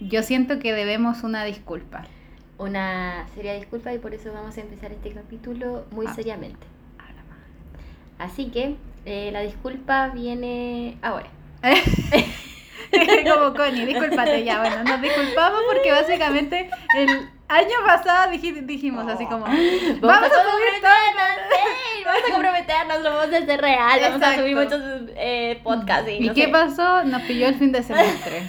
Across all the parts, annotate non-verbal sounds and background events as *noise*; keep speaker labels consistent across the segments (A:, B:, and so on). A: Yo siento que debemos una disculpa. *laughs*
B: Una seria disculpa y por eso vamos a empezar este capítulo muy
A: Ah.
B: seriamente. Así que eh, la disculpa viene ahora.
A: Como Connie, discúlpate ya. Bueno, nos disculpamos porque básicamente el año pasado dij- dijimos así como: Vamos, a subir
B: comprometernos, sí, vamos a comprometernos, lo vamos a hacer real, vamos a
A: Exacto.
B: subir muchos eh, podcasts.
A: ¿Y
B: no
A: qué
B: sé.
A: pasó? Nos pilló el fin de
B: *laughs*
A: semestre.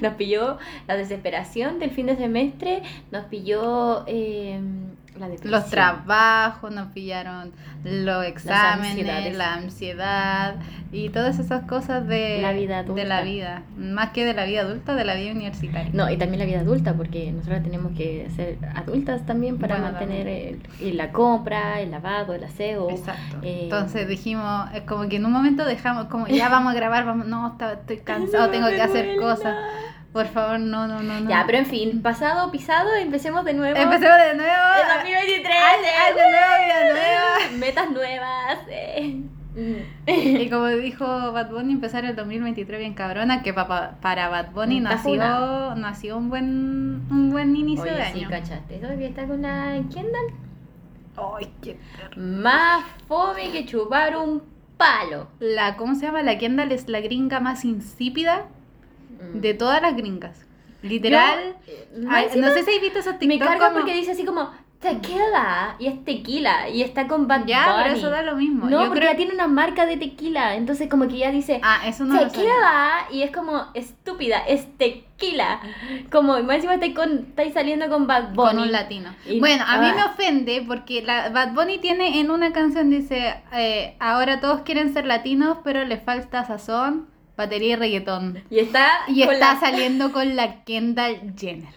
B: Nos pilló la desesperación del fin de semestre, nos pilló eh, la depresión.
A: Los trabajos, nos pillaron los exámenes,
B: ansiedades.
A: la ansiedad y todas esas cosas de
B: La vida
A: De
B: adulta.
A: la vida. Más que de la vida adulta, de la vida universitaria.
B: No, y también la vida adulta, porque nosotros tenemos que ser adultas también para
A: Bueno,
B: mantener el- y la compra, el lavado, el aseo.
A: Exacto.
B: eh,
A: Entonces dijimos, es como que en un momento dejamos, como ya vamos a grabar, vamos, no, está- estoy cansado,
B: *laughs* No,
A: Oh, tengo
B: me
A: que hacer
B: duele.
A: cosas. Por favor, no, no, no, no.
B: Ya, pero en fin, pasado, pisado, empecemos de nuevo.
A: Ah. empecemos de nuevo.
B: El 2023.
A: Ay, ay, de
B: eh,
A: nuevo, Mm. vida nueva.
B: Metas nuevas. eh.
A: Y como dijo Bad Bunny, empezar el 2023 bien cabrona, que pa- pa- para Bad Bunny no ha,
B: Está
A: sido,
B: funado.
A: no ha sido un buen, un buen inicio de
B: Oye, sí,
A: año.
B: cachaste. Todavía está con la enquienda
A: Ay, qué ter-
B: más fome que chupar un palo.
A: la, ¿Cómo se llama? La Kendall es la gringa más insípida
B: Mm.
A: de todas las gringas. Literal.
B: Yo, eh, más
A: ay,
B: encima
A: no sé si has visto esos TikTok
B: me carga
A: como-
B: porque dice así como tequila y es tequila y está con Bad
A: Ya, pero
B: Bunny.
A: eso da lo mismo.
B: No,
A: Yo
B: porque
A: creo...
B: ya tiene una marca de tequila, entonces como que ya dice
A: Ah, eso no lo sabía.
B: tequila y es como estúpida, es tequila. Como y más encima estáis con estáis saliendo con Bad Bunny.
A: Con un latino.
B: Y-
A: bueno, a mí
B: ah.
A: me ofende porque la, Bad Bunny tiene en una canción, dice, eh, ahora todos quieren ser latinos, pero les falta sazón, batería y reggaetón.
B: Y está
A: Y
B: con
A: está
B: la-
A: saliendo con la Kendall
B: *laughs*
A: Jenner.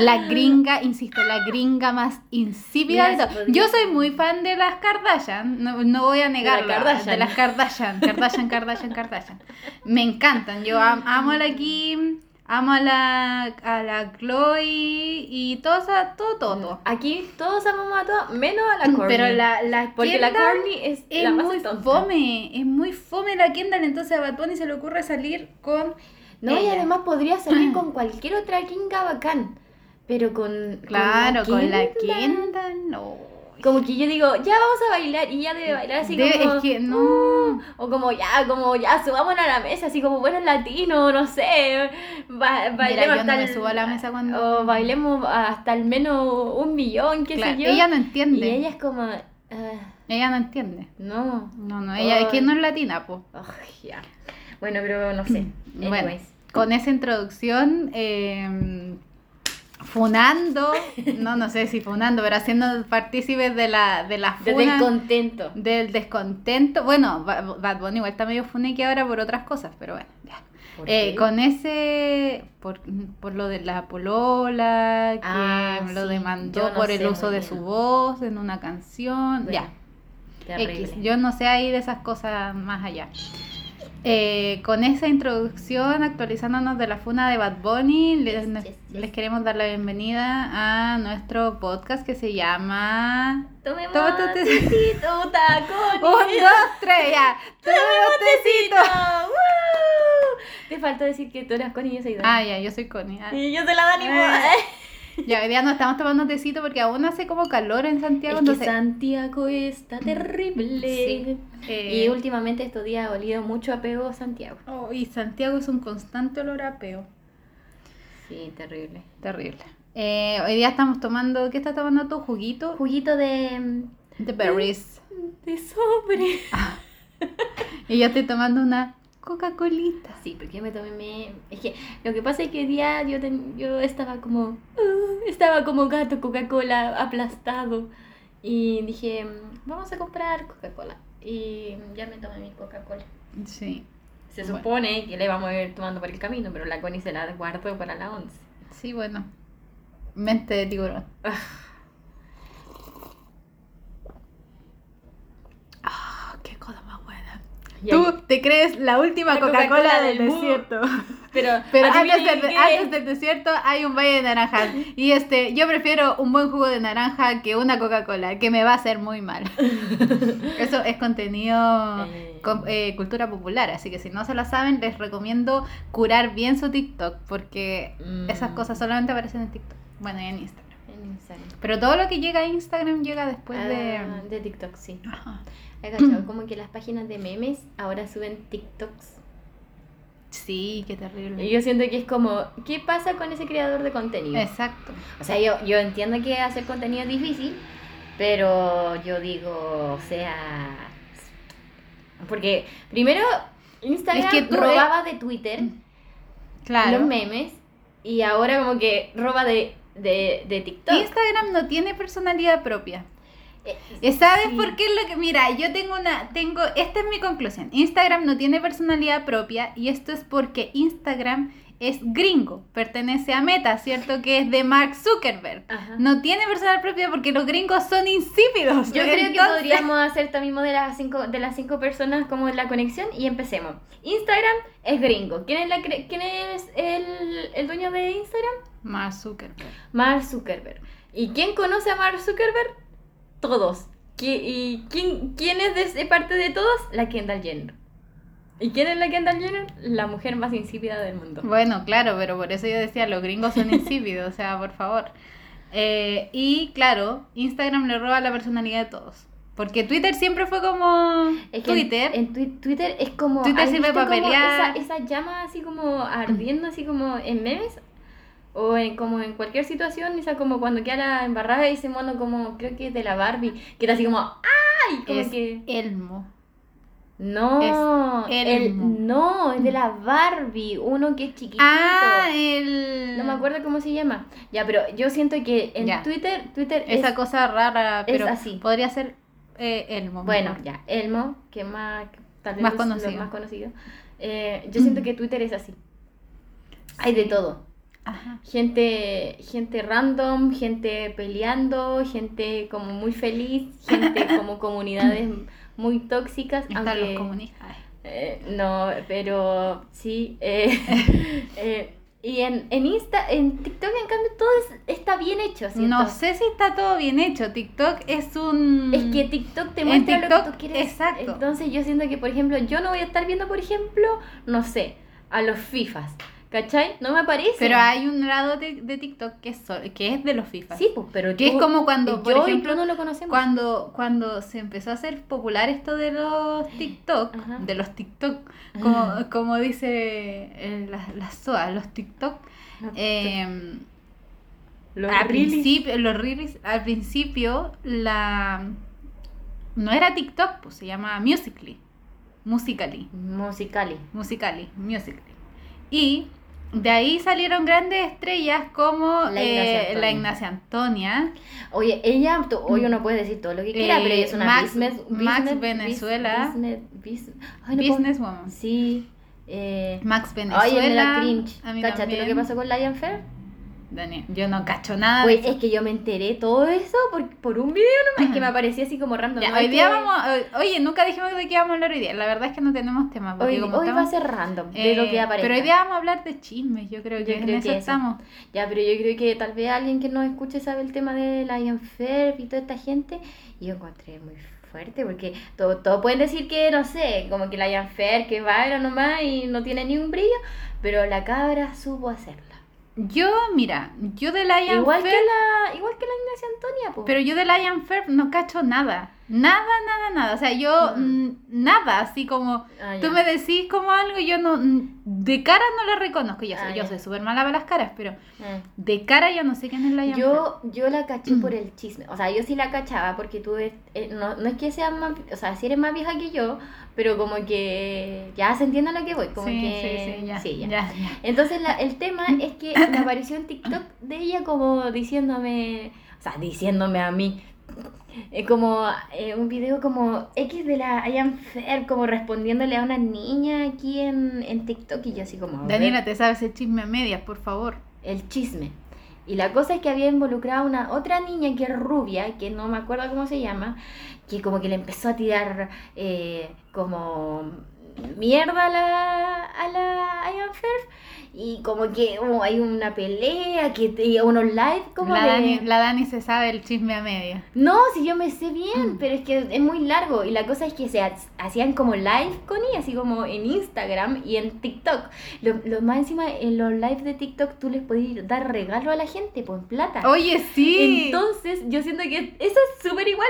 A: La gringa, insisto, la gringa más insípida de
B: Mira,
A: todo.
B: se podría-
A: Yo soy muy fan de las Kardashian, no, no voy a negarlo.
B: Kardashian.
A: de las Kardashian, Kardashian, Kardashian, Kardashian. Me encantan. Yo am- amo a la Kim, amo a la, a la Chloe y todo, esa- todo, todo. todo.
B: Aquí todos amamos a todos, menos a la Courtney.
A: Pero la, la
B: porque la
A: Kendall
B: Courtney es,
A: es
B: la más
A: muy
B: tonta.
A: fome, es muy fome la Kendall, entonces a Bad Bunny se le ocurre salir con
B: No, y
A: ella. Ah.
B: además podría salir con cualquier otra kinga bacán, pero con
A: Claro, con la
B: Kendall.
A: Kendall, no.
B: Como que yo digo, ya vamos a bailar y ya debe bailar así
A: Debe-
B: como "Uh",
A: es que no.
B: o como ya, como ya subámonos a la mesa, así como bueno latino, no sé, ba- bailemos
A: yo no
B: hasta
A: me
B: el-
A: subo a la mesa cuando-
B: o bailemos hasta al menos un millón, qué
A: Claro,
B: sé yo.
A: Ella no entiende.
B: y ella es como ah,
A: Ella no entiende.
B: no.
A: No, no, ella es que no es latina, po.
B: Ay, ya. Bueno, pero no sé.
A: *clears throat* Bueno.
B: Anyways.
A: Con esa introducción, eh, funando, no, no sé si funando, pero haciendo partícipes de la, de la
B: Desde
A: funa,
B: el contento.
A: del descontento. Bueno, Ba- Bad Bunny igual está medio funeque ahora por otras cosas, pero bueno, ya.
B: ¿Por
A: Eh,
B: qué?
A: con ese, por, por lo de la polola, que
B: Ah,
A: lo
B: sí,
A: demandó
B: yo no
A: por
B: sé
A: el uso
B: muy
A: de
B: bien.
A: su voz en una canción,
B: Bueno.
A: ya.
B: Terrible.
A: X, yo no sé ahí de esas cosas más allá. Eh, con esa introducción, actualizándonos de la funa de Bad Bunny, les,
B: Yes, yes, yes.
A: les queremos dar la bienvenida a nuestro podcast que se llama...
B: Tomemos
A: Toma tu te- *laughs* Oh,
B: tecito,
A: ¡Un,
B: tacones.
A: dos, tres! ¡Ya! ¡Toma
B: tecito.
A: botecito!
B: ¡Woo! Te faltó decir que tú eras Connie y yo soy Dani.
A: Ah, ya, yo soy Connie. ah.
B: Y yo te la Dani.
A: Eh, Ya, hoy día nos estamos tomando tecito porque aún hace como calor en Santiago,
B: Es que
A: entonces...
B: Santiago está terrible.
A: Sí. eh,
B: Y últimamente estos días ha olido mucho apego a Santiago.
A: oh, y Santiago es un constante olor a peo.
B: Sí, terrible.
A: Terrible. Eh, hoy día estamos tomando... ¿Qué estás tomando tu juguito?
B: Juguito de.
A: De berries.
B: de sobre. Mm.
A: Y yo estoy tomando una Coca-Colita.
B: Ah, Sí, porque yo me tomé. me- Es que lo que pasa es que hoy día yo, ten- yo estaba como. "Uh", estaba como gato Coca-Cola aplastado. Y dije, "Mm, vamos a comprar Coca-Cola. Y ya me tomé mi Coca-Cola.
A: Sí.
B: Se
A: Bueno.
B: supone que le vamos a ir tomando por el camino, pero la Connie se la guardó para la once.
A: Sí, bueno. Mente de tiburón. Ah, qué cosa más buena.
B: Ya,
A: Tú te crees la última
B: La
A: Coca-Cola
B: Coca-Cola
A: del,
B: del mundo.
A: desierto.
B: Pero,
A: Pero
B: adivinen
A: antes, del-
B: qué.
A: antes del desierto hay un valle de naranjas. Y este, yo prefiero un buen jugo de naranja que una Coca-Cola, que me va a hacer muy
B: *laughs*
A: mal. Eso es contenido
B: Eh.
A: con- eh, cultura popular, así que si no se lo saben, les recomiendo curar bien su TikTok, porque
B: Mm.
A: esas cosas solamente aparecen en TikTok. Bueno, y en Instagram.
B: En Instagram.
A: Pero todo lo que llega a Instagram llega después
B: Ah,
A: de...
B: de TikTok, sí.
A: Ajá.
B: He cachado como que las páginas de memes ahora suben TikToks.
A: Sí, qué terrible.
B: Y yo siento que es como, ¿qué pasa con ese creador de contenido?
A: Exacto.
B: O sea, yo, yo entiendo que hacer contenido es difícil, pero yo digo, o sea. Porque primero, Instagram
A: Es que tú- Mm.
B: robaba de Twitter
A: Claro.
B: los memes y ahora como que roba de, de, de TikTok.
A: Instagram no tiene personalidad propia.
B: Eh,
A: Eh, ¿Sabes
B: Sí.
A: por qué lo que.? Mira, yo tengo una. tengo Esta es mi conclusión. Instagram no tiene personalidad propia y esto es porque Instagram es gringo. Pertenece a Meta, ¿cierto? Que es de Mark Zuckerberg.
B: Ajá.
A: No tiene personalidad propia porque los gringos son insípidos.
B: Yo creo que
A: Entonces-
B: podríamos hacer también de las cinco de las cinco personas como la conexión y empecemos. Instagram es gringo. ¿Quién es, la cre- quién es el, el dueño de Instagram?
A: Mark Zuckerberg.
B: Mark Zuckerberg. ¿Y quién conoce a Mark Zuckerberg? Todos. ¿Qui- ¿Y quién, quién es de de parte de todos? La Kendall Jenner. ¿Y quién es la Kendall Jenner? La mujer más insípida del mundo.
A: Bueno, claro, pero por eso yo decía, los gringos son insípidos, o sea, por favor. Eh, y claro, Instagram le roba la personalidad de todos. Porque Twitter siempre fue como
B: Es que en-
A: Twitter.
B: En, Twi- Twitter es como.
A: Twitter
B: ¿has
A: sirve
B: visto
A: para
B: como
A: pelear.
B: Esa, esa llama así como ardiendo, así como en memes. O en, como en cualquier situación, esa como cuando queda la embarrada y ese mono como, creo que es de la Barbie, que era así como, ¡ay! Como
A: es
B: que...
A: Elmo.
B: No,
A: es Elmo.
B: el, no, es de la Barbie, uno que es chiquitito.
A: Ah, el...
B: No me acuerdo cómo se llama. Ya, pero yo siento que en
A: Ya.
B: Twitter, Twitter
A: Esa
B: es...
A: cosa rara,
B: es
A: pero
B: así.
A: podría ser eh, Elmo.
B: Bueno,
A: mejor.
B: ya, Elmo, que más, tal vez
A: Más
B: los- los
A: conocido.
B: más conocido. Eh, yo siento que Twitter es así. Hay de todo.
A: Ajá.
B: Gente, gente random, gente peleando, gente como muy feliz,
A: *laughs*
B: gente como comunidades muy tóxicas.
A: Están
B: aunque-
A: los comunistas. Ay.
B: eh, no, pero sí.
A: *laughs*
B: eh, eh, y en, en Insta, en TikTok, en cambio, todo es- está bien hecho. ¿cierto?
A: No sé si está todo bien hecho. TikTok es un...
B: Es que TikTok te
A: Mm. En
B: muestra lo que
A: TikTok,
B: tú quieres.
A: exacto.
B: Entonces yo siento que, por ejemplo, yo no voy a estar viendo, por ejemplo, no sé, a los FIFAs. ¿Cachai? No me aparece.
A: Pero hay un lado de, de TikTok que es, sol- que es de los FIFA.
B: Sí, pues, pero
A: Que
B: tú-
A: es como cuando, por
B: yo y
A: ejemplo,
B: tú no lo conocemos. *laughs*
A: cuando, cuando se empezó a hacer popular esto de los TikTok,
B: Ajá. Ah.
A: de los TikTok, como, como dice eh, la, la SOA, los TikTok,
B: Los
A: eh,
B: Los
A: al
B: reels.
A: principio, los reels, al principio la no era TikTok, pues se llamaba Musically, Musically,
B: Musicali.
A: Musically, Musically. Y de ahí salieron grandes estrellas como
B: La
A: eh,
B: Ignacia
A: la
B: Antonia.
A: Ignacia Antonia,
B: Oye, ella, tú- hoy uno puede decir todo lo que quiera,
A: Eh,
B: pero ella es una
A: Mm. Max-
B: business,
A: Max
B: business-
A: Venezuela.
B: business- business- ay, no puedo-
A: Businesswoman.
B: Sí. Eh,
A: Max
B: Oye, me
A: Venezuela.
B: da cringe.
A: a mí
B: ¿Cachaste lo
A: también.
B: que pasó con Lion Fair?
A: Daniel, yo no cacho nada. de
B: Pues
A: Ah, eso.
B: es que yo me enteré todo eso por, por un video nomás que me aparecía así como random.
A: Ya,
B: ¿no?
A: hoy
B: Es
A: día
B: que
A: vamos. a- Oye, nunca dijimos de qué íbamos a hablar hoy día. La verdad es que no tenemos tema. porque
B: Hoy,
A: como
B: hoy va a
A: estamos-
B: ser random de lo
A: eh,
B: que aparece.
A: Pero hoy día vamos a hablar de chismes, yo creo que
B: Yo
A: en
B: creo
A: eso
B: que eso.
A: estamos.
B: Ya, pero yo creo que tal vez alguien que nos escuche sabe el tema de Lion Fair y toda esta gente. Y yo encontré muy fuerte porque to- todos pueden decir que, no sé, como que Lion Fair, que baila nomás y no tiene ni un brillo, pero la cabra supo hacerla.
A: Yo, mira, yo de Lion
B: Igual que,
A: Fair.
B: la, igual que la Ignacia Antonia, pues.
A: Pero yo de Lion Fair no cacho nada. Nada, nada, nada. O sea, yo
B: Mm.
A: mm, nada, así como.
B: Ah,
A: Tú
B: ya.
A: me decís como algo y yo no. mm, De cara no la reconozco. Yo,
B: Ah,
A: soy, yo
B: ya.
A: soy súper mala para las caras, pero
B: Mm.
A: de cara yo no sé quién es Lion Fair.
B: Yo, yo la caché
A: Mm.
B: por el chisme. O sea, yo sí la cachaba porque tú. eres- eh, no, no es que seas más. O sea, si eres más vieja que yo, pero como que. Ya se entiende a lo que voy. Como
A: sí,
B: que.
A: sí, sí, ya.
B: sí, ya.
A: ya, Mm. ya.
B: Entonces, la- el tema es
A: *coughs*
B: que me apareció en TikTok de ella como diciéndome. O sea, diciéndome a mí. eh, como eh, un video como X de la I am Fair, como respondiéndole a una niña aquí en, en TikTok. Y yo así como. a ver
A: Daniela, te sabes el chisme a medias, por favor.
B: el chisme. Y la cosa es que había involucrado a una otra niña que es rubia, que no me acuerdo cómo se llama, que como que le empezó a tirar eh, como mierda a la, a la Iron Fair y como que oh, hay una pelea, que te- unos live como
A: La
B: de-
A: Dani, la Dani se sabe el chisme a media.
B: No, si yo me sé bien,
A: Mm.
B: pero es que es muy largo y la cosa es que se ha- hacían como live con ella, así como en Instagram y en TikTok. Lo, lo más encima, en los live de TikTok tú les podías dar regalo a la gente por plata.
A: Oye, Oh, sí.
B: Entonces, yo siento que eso es súper igual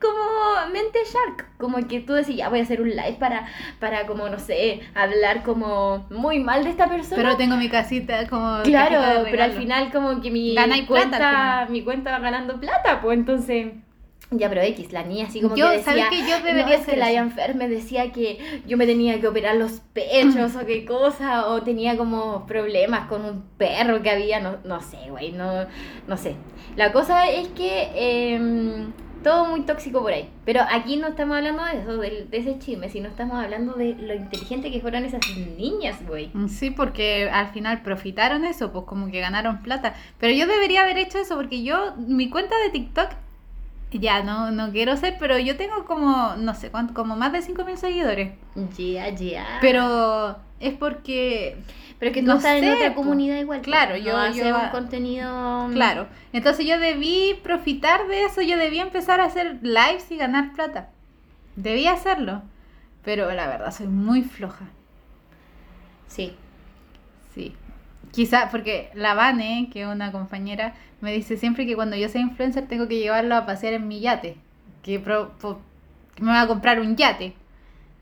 B: como mente shark. Como que tú decís, ya voy a hacer un live para, para como, no sé, hablar como muy mal de esta persona.
A: pero tengo mi casita como. cajita
B: claro,
A: este de
B: pero al
A: regalo.
B: final como que mi
A: Gana y plata
B: cuenta,
A: al final.
B: mi cuenta va ganando plata, pues entonces... Ya, pero X, la niña así como
A: Yo,
B: que decía...
A: ¿sabes que Yo debería
B: no, es
A: hacer
B: que la
A: eso.
B: Ian Fair me decía que yo me tenía que operar los pechos
A: *clears throat*
B: o qué cosa, o tenía como problemas con un perro que había, no, no sé, güey, no, no sé. La cosa es que em, todo muy tóxico por ahí, pero aquí no estamos hablando de eso, del- de, ese chisme, sino estamos hablando de lo inteligente que fueron esas niñas, güey.
A: Mm, Sí, porque al final profitaron eso, pues como que ganaron plata. Pero yo debería haber hecho eso porque yo, mi cuenta de TikTok, ya no, no quiero ser, pero yo tengo como, no sé cuánto, como más de 5.000 seguidores.
B: Yeah, yeah.
A: Pero es porque,
B: Pero es que tú
A: no
B: estás en
A: sé,
B: otra
A: po.
B: comunidad igual. po.
A: Claro, yo-
B: no haces
A: yo-
B: un contenido. mm,
A: claro, entonces yo debí profitar de eso, yo debí empezar a hacer lives y ganar plata. Debí hacerlo, pero la verdad soy muy floja.
B: Sí.
A: Sí. Quizá, porque la Vane, que es una compañera, me dice siempre que cuando yo sea influencer tengo que llevarlo a pasear en mi yate. Que, pro- po- que me va a comprar un yate.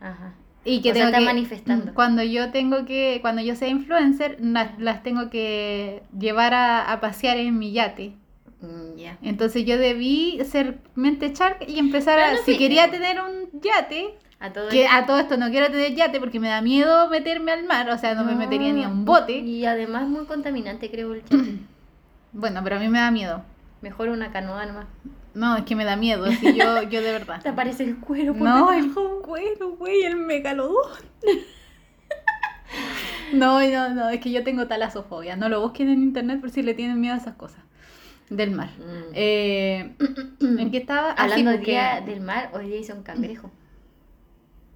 B: Ajá.
A: Y que
B: O sea,
A: tengo
B: está
A: que- mm,
B: manifestando.
A: Cuando yo tengo que, cuando yo sea influencer, na- las tengo que llevar a, a pasear en mi yate.
B: Mm, Ya.
A: Entonces yo debí ser mente shark y empezar a,
B: Pero no
A: si
B: sé.
A: quería tener un yate,
B: A todo
A: que a todo esto no quiero tener yate porque me da miedo meterme al mar, o sea, no, me metería ni a un bote.
B: Y además muy contaminante,
A: *clears throat*
B: creo. el chiste.
A: Bueno, pero a mí me da miedo.
B: Mejor una canoa nomás.
A: No, es que me da miedo, si yo, yo de verdad.
B: Te aparece el cuero por
A: No, el
B: debajo.
A: cuero, güey, el megalodón. *laughs* No, no, no, es que yo tengo talasofobia. No lo busquen en internet por si le tienen miedo a esas cosas del mar.
B: Mm.
A: Eh, *clears throat* ¿En qué estaba? Ah, sí,
B: Hablando hoy
A: porque-
B: día del mar, hoy día hice un cangrejo.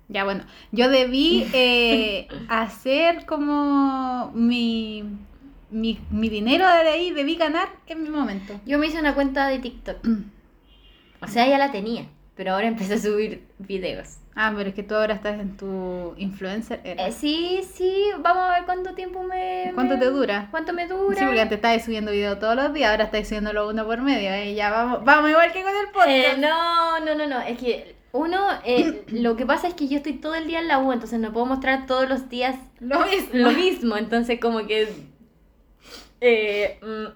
A: Ya, bueno, yo debí eh, hacer como mi, mi, mi dinero de ahí, debí ganar en mi momento. *clears throat*
B: Yo me hice una cuenta de TikTok. O sea, ya la tenía. Pero ahora empecé a subir videos.
A: Ah, pero es que tú ahora estás en tu influencer. era.
B: Eh, sí, sí, vamos a ver cuánto tiempo me.
A: ¿Cuánto
B: me-
A: te dura?
B: ¿Cuánto me dura?
A: Sí, porque antes estabas subiendo video todos los días, ahora estáis subiéndolo uno por medio. ¿eh? Ya vamos, vamos igual que con el podcast.
B: Eh, no, no, no, no. Es que uno,
A: *coughs*
B: eh, lo que pasa es que yo estoy todo el día en la U, entonces no puedo mostrar todos los días
A: Lo mismo.
B: *laughs* lo mismo. Entonces, como que. eh, mm,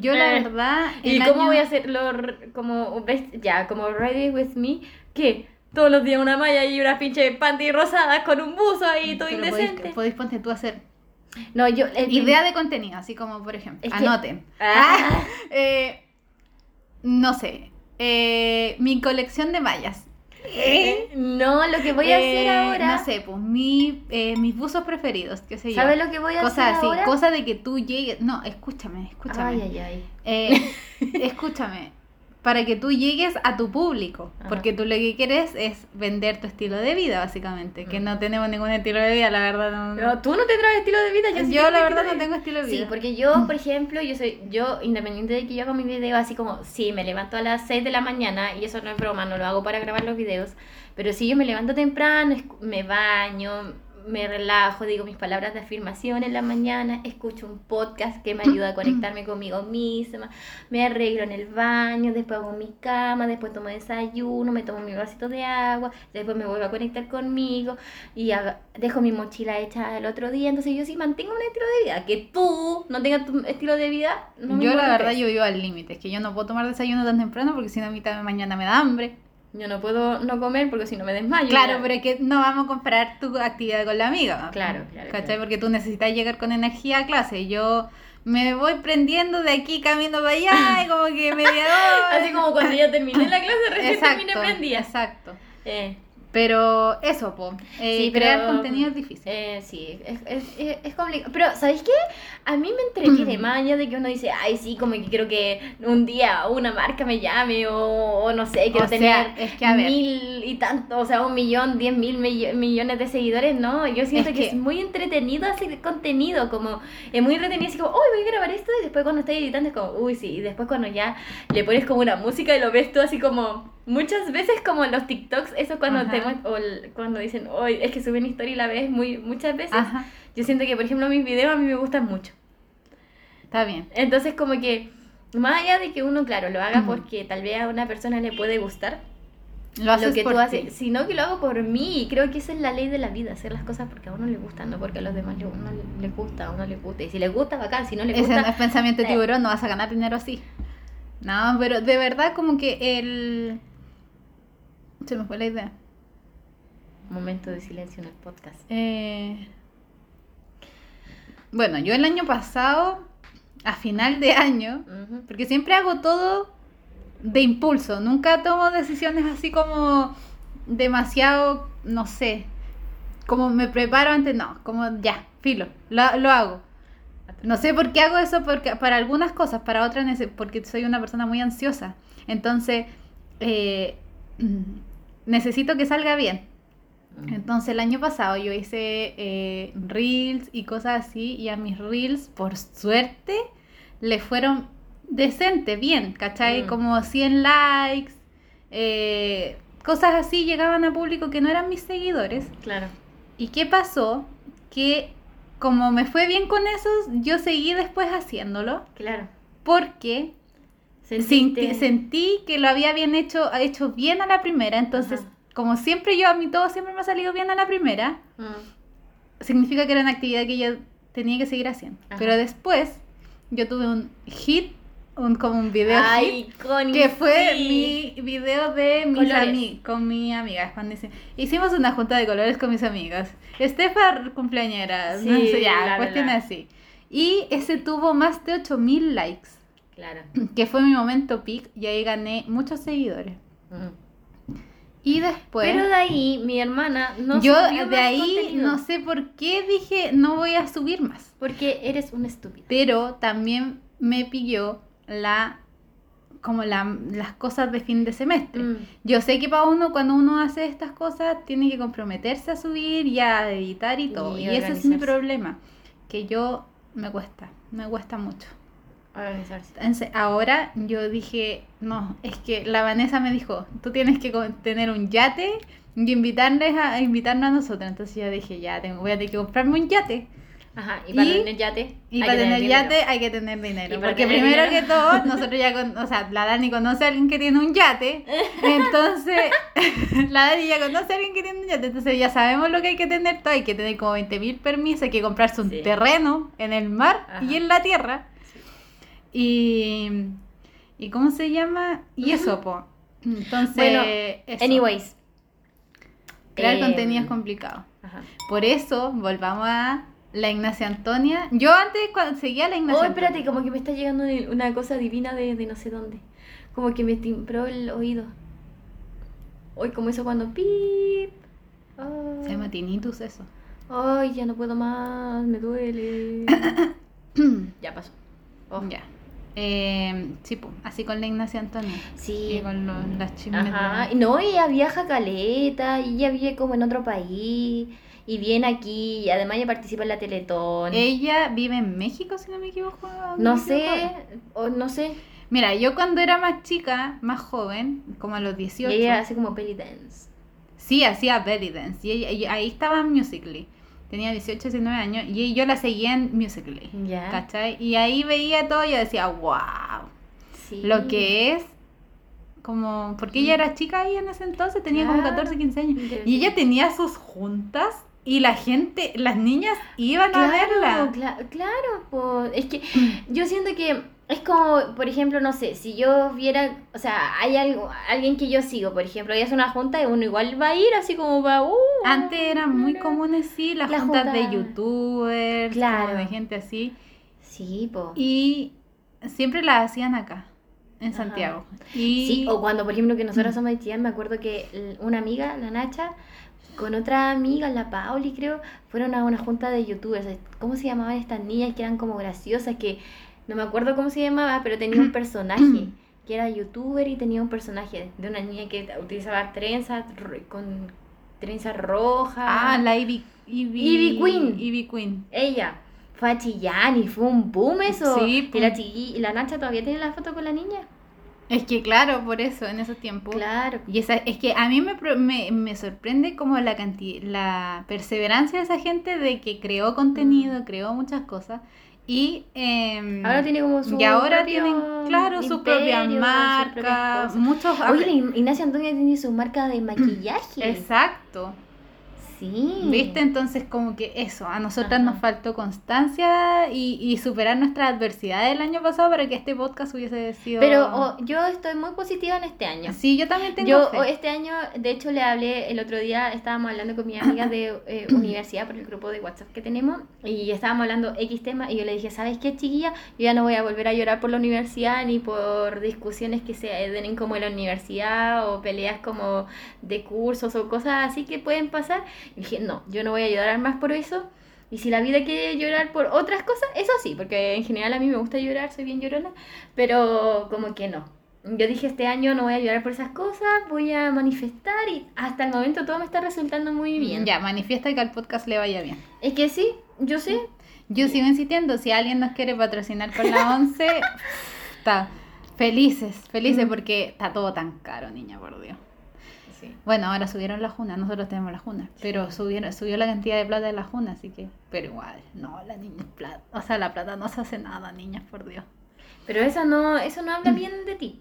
A: Yo la
B: Eh,
A: verdad.
B: ¿Y
A: el
B: cómo
A: año-
B: voy a hacerlo? r- Como, ves, ya, como Ready With Me, que todos los días una malla y una pinche panty rosada con un buzo ahí, todo
A: Pero
B: indecente.
A: Podéis, podéis ponte tú a hacer
B: No, yo. el prim-
A: idea de contenido, así como por ejemplo.
B: Es que-
A: anoten.
B: *laughs* Ah.
A: Eh, no sé. eh, mi colección de mallas.
B: Eh, no, lo que *laughs* voy a hacer
A: Eh,
B: ahora.
A: No sé, pues mi, eh, mis buzos preferidos, qué sé yo.
B: ¿Sabes lo que voy a
A: Cosas
B: hacer
A: así,
B: ahora?
A: cosas de que tú llegues. No, escúchame, escúchame.
B: Ay, ay, ay.
A: Eh,
B: *laughs*
A: escúchame, para que tú llegues a tu público,
B: Ajá.
A: porque tú lo que quieres es vender tu estilo de vida, básicamente, que
B: Mm.
A: no tenemos ningún estilo de vida, la verdad. No,
B: No, tú no tendrás estilo de vida. Yo, sí
A: yo
B: tengo
A: la
B: estilo
A: verdad
B: de
A: no
B: vida.
A: tengo estilo de vida.
B: Sí, porque yo, por ejemplo, yo soy, yo, independiente de que yo haga mis videos, así como, sí, me levanto a las 6 de la mañana, y eso no es broma, no lo hago para grabar los videos, pero si yo me levanto temprano, escu- me baño, me relajo, digo mis palabras de afirmación en la mañana, escucho un podcast que me ayuda a conectarme conmigo misma, me arreglo en el baño, después hago mi cama, después tomo desayuno, me tomo mi vasito de agua, después me vuelvo a conectar conmigo y haga- dejo mi mochila hecha el otro día. Entonces yo sí mantengo un estilo de vida. Que tú no tengas tu estilo de vida, no me
A: yo la
B: importa
A: verdad
B: eso.
A: yo vivo al límite, es que yo no puedo tomar desayuno tan temprano porque si no a mitad de mañana me da hambre.
B: Yo no puedo no comer porque si no me desmayo.
A: claro,
B: ya.
A: pero es que no vamos a comparar tu actividad con la amiga.
B: Claro, claro,
A: ¿Cachai?
B: claro.
A: Porque tú necesitas llegar con energía a clase. Yo me voy prendiendo de aquí camino para
B: *laughs*
A: allá y como que media hora.
B: Así como cuando ya terminé la clase, recién terminé prendida.
A: Exacto.
B: Eh,
A: Pero eso, po. Eh,
B: Sí,
A: crear
B: pero-
A: contenido es difícil.
B: Eh, sí, es, es- es- es complicado. Pero, ¿sabéis qué? A mí me entretiene
A: Mm.
B: más allá de que uno dice, ay, sí, como que quiero que un día una marca me llame o, o no sé, quiero
A: O sea,
B: tener
A: es que, a ver.
B: mil y tanto, o sea, un millón, diez mil millo- millones de seguidores. No, yo siento
A: Es
B: que,
A: que-
B: es muy entretenido hacer contenido, como es muy entretenido, así como, uy, voy a grabar esto y después cuando estás editando es como, uy, sí, y después cuando ya le pones como una música y lo ves tú así como... Muchas veces como los TikToks, eso cuando,
A: Ajá.
B: te, mue- o el- cuando dicen, hoy es que subí una historia y la ves muy, muchas veces.
A: Ajá,
B: Yo siento que, por ejemplo, mis videos a mí me gustan mucho.
A: está bien.
B: Entonces, como que, más allá de que uno, claro, lo haga
A: Ujú.
B: porque tal vez a una persona le puede gustar
A: Lo haces
B: lo que
A: por
B: tú
A: ti.
B: haces, sino que lo hago por mí. Y creo que esa es la ley de la vida, hacer las cosas porque a uno le gusta, no porque a los demás le, uno le- les gusta, a uno le gusta. Y si les gusta, bacán, si no les
A: Ese no es
B: gusta...
A: pensamiento de
B: Eh.
A: tiburón, no vas a ganar dinero así. No, pero de verdad como que el... Se me fue la idea.
B: Momento de silencio en el podcast.
A: Eh, Bueno, yo el año pasado, a final de año,
B: Ujú.
A: porque siempre hago todo de impulso, nunca tomo decisiones así como demasiado, no sé, como me preparo antes, no, como ya, filo, lo, lo hago. No sé por qué hago eso, porque para algunas cosas, para otras, nece- porque soy una persona muy ansiosa. Entonces, eh, necesito que salga bien. Entonces el año pasado yo hice eh, reels y cosas así y a mis reels por suerte le fueron decente, bien, ¿cachai?
B: Mm.
A: Como 100 likes, eh, cosas así llegaban a público que no eran mis seguidores.
B: Claro.
A: ¿Y qué pasó? Que como me fue bien con esos, yo seguí después haciéndolo
B: Claro.
A: porque
B: Sentiste-
A: Sentí, sentí que lo había bien hecho, hecho bien a la primera, entonces
B: Ajá.
A: como siempre yo, a mí todo siempre me ha salido bien a la primera,
B: Mm.
A: significa que era una actividad que yo tenía que seguir haciendo.
B: Ajá.
A: Pero después yo tuve un hit, un, como un video hit,
B: Ay, Connie,
A: que fue
B: sí.
A: mi video de mis
B: Colores.
A: ami- con mi amiga, cuando dice, hicimos una junta de colores con mis amigas, Estefa cumpleañera, no
B: Sí,
A: sé, ya,
B: bla, bla,
A: cuestión
B: bla.
A: así. Y ese tuvo más de 8000 likes *clears throat*
B: Claro.
A: que fue mi momento peak y ahí gané muchos seguidores.
B: Mm.
A: Y después,
B: Pero de ahí, mi hermana no
A: yo
B: subió
A: de
B: más
A: ahí
B: contenido.
A: no sé por qué dije no voy a subir más.
B: Porque eres una estúpida.
A: Pero también me pilló la como la- las cosas de fin de semestre.
B: Mm.
A: Yo sé que para uno, cuando uno hace estas cosas, tiene que comprometerse a subir y a editar y todo.
B: Y
A: y ese es mi
B: organizarse.
A: problema, que yo me cuesta, me cuesta mucho.
B: Organizarse.
A: Entonces, ahora yo dije, no, es que la Vanessa me dijo, tú tienes que con- tener un yate y invitarles a, a invitarnos a nosotros. Entonces yo dije, ya, tengo, voy a tener que comprarme un yate.
B: Ajá, y para
A: Y-
B: tener yate.
A: Y
B: hay
A: para
B: que
A: tener,
B: dinero.
A: yate hay que tener dinero.
B: Y para
A: Porque
B: tener
A: primero
B: dinero.
A: que todo,
B: *laughs*
A: nosotros ya, con, o sea, la Dani conoce a alguien que tiene un yate. Entonces, *laughs* la Dani ya conoce a alguien que tiene un yate. Entonces ya sabemos lo que hay que tener. Todo. Hay que tener como 20 mil permisos, hay que comprarse un
B: Sí.
A: terreno en el mar
B: Ajá.
A: y en la tierra. Y, y ¿cómo se llama? Y eso, po. Entonces,
B: Bueno,
A: eso.
B: Anyways.
A: crear
B: Eh,
A: contenido es complicado.
B: Ajá.
A: Por eso, volvamos a la Ignacia Antonia. Yo antes cuando seguía a la Ignacia
B: Oh,
A: Antonia.
B: espérate, como que me está llegando de- una cosa divina de, de no sé dónde. Como que me timbró el oído. Hoy, como eso cuando pip. Oh.
A: Se llama tinnitus
B: *clears throat*
A: eso.
B: Ay, ya no puedo más,
A: *coughs*
B: me duele. ya pasó. Oh.
A: Ya. Eh, sí, po, así con la Ignacia Antonia.
B: Sí.
A: Y con los, las chismes.
B: Ajá, y
A: de-
B: no, ella viaja caleta, y ella vive como en otro país, y viene aquí, y además ella participa en la Teletón.
A: Ella vive en México, si no me equivoco.
B: no
A: me equivoco.
B: sé, o no sé.
A: Mira, yo cuando era más chica, más joven, como a los
B: Y
A: 18,
B: ella hace como belly dance.
A: sí hacía belly dance. Y, ella- y ahí estaba en Musically. Tenía 18, 19 años y yo la seguía en Musically.
B: Ya.
A: ¿Cachai? Y ahí veía todo y yo decía, wow,
B: Sí.
A: lo que es. Como, porque ella era chica ahí en ese entonces, tenía como
B: Claro.
A: 14, 15 años.
B: Interesante.
A: Y ella tenía sus juntas y la gente, las niñas iban
B: Claro,
A: a
B: *laughs*
A: verla.
B: cla- claro, po. es que yo siento que es como, por ejemplo, no sé, si yo viera, o sea, hay algo, alguien que yo sigo, por ejemplo, y hace una junta y uno igual va a ir así como va, uh,
A: Antes eran muy
B: mira.
A: comunes, sí, las
B: La
A: juntas de
B: junta.
A: youtubers, como
B: Claro.
A: de gente así.
B: Sí, po.
A: Y siempre las hacían acá. en
B: Ajá.
A: Santiago. Y
B: Sí, o cuando, por ejemplo, que
A: Mm.
B: nosotros somos haitianas, me acuerdo que l- una amiga, la Nacha, con otra amiga, la Pauli, creo, fueron a una junta de youtubers. ¿Cómo se llamaban estas niñas que eran como graciosas? Que no me acuerdo cómo se llamaba, pero tenía
A: Mm. *clears throat*
B: un personaje, que era youtuber y tenía un personaje de una niña que utilizaba trenzas r- con trenzas rojas.
A: Ah, la Ivy, Ivy,
B: Ivy Queen.
A: Ivy Queen.
B: Ella. Fue a Chillán y fue un boom eso.
A: Sí, pues.
B: y la,
A: pum.
B: chiqui- y la Nacha todavía tiene la foto con la niña.
A: Es que claro, por eso, en esos tiempos.
B: Claro.
A: Y esa, es que a mí me, pro- me, me sorprende como la, canti- la perseverancia de esa gente de que
B: Mm.
A: creó contenido, creó muchas cosas y... em,
B: Ahora tiene como su
A: y ahora
B: propio
A: tienen, claro, sus propias
B: imperio, sus propias
A: marcas,
B: cosas.
A: muchos...
B: Oye, la In- Ignacio Antonia tiene su marca de maquillaje.
A: Exacto.
B: Sí.
A: ¿Viste? Entonces como que eso, a nosotras
B: Ajá.
A: nos faltó constancia y, y superar nuestra adversidad del año pasado para que este podcast hubiese sido...
B: Pero oh, yo estoy muy positiva en este año.
A: Sí, yo también tengo
B: Yo
A: fe.
B: oh, este año, de hecho, le hablé el otro día, estábamos hablando con mi amiga de
A: *coughs*
B: eh, universidad por el grupo de WhatsApp que tenemos y estábamos hablando X tema y yo le dije, ¿sabes qué, chiquilla? Yo ya no voy a volver a llorar por la universidad ni por discusiones que se den como en la universidad o peleas como de cursos o cosas así que pueden pasar. Y dije, no, yo no voy a llorar más por eso. Y si la vida quiere llorar por otras cosas, eso sí, porque en general a mí me gusta llorar, soy bien llorona, pero como que no. Yo dije, este año no voy a llorar por esas cosas, voy a manifestar y hasta el momento todo me está resultando muy bien.
A: Ya, manifiesta que al podcast le vaya bien.
B: Es que sí, yo sé.
A: Yo sigo insistiendo, si alguien nos quiere patrocinar con la 11, está felices, felices
B: Mm.
A: porque está todo tan caro, niña, por Dios. Bueno, ahora subieron la juna, nosotros tenemos la juna, pero subieron, subió la cantidad de plata de la juna, así que, pero igual, no, la niña es plata, o sea, la plata no se hace nada, niñas, por Dios.
B: Pero eso no, eso no habla bien de ti.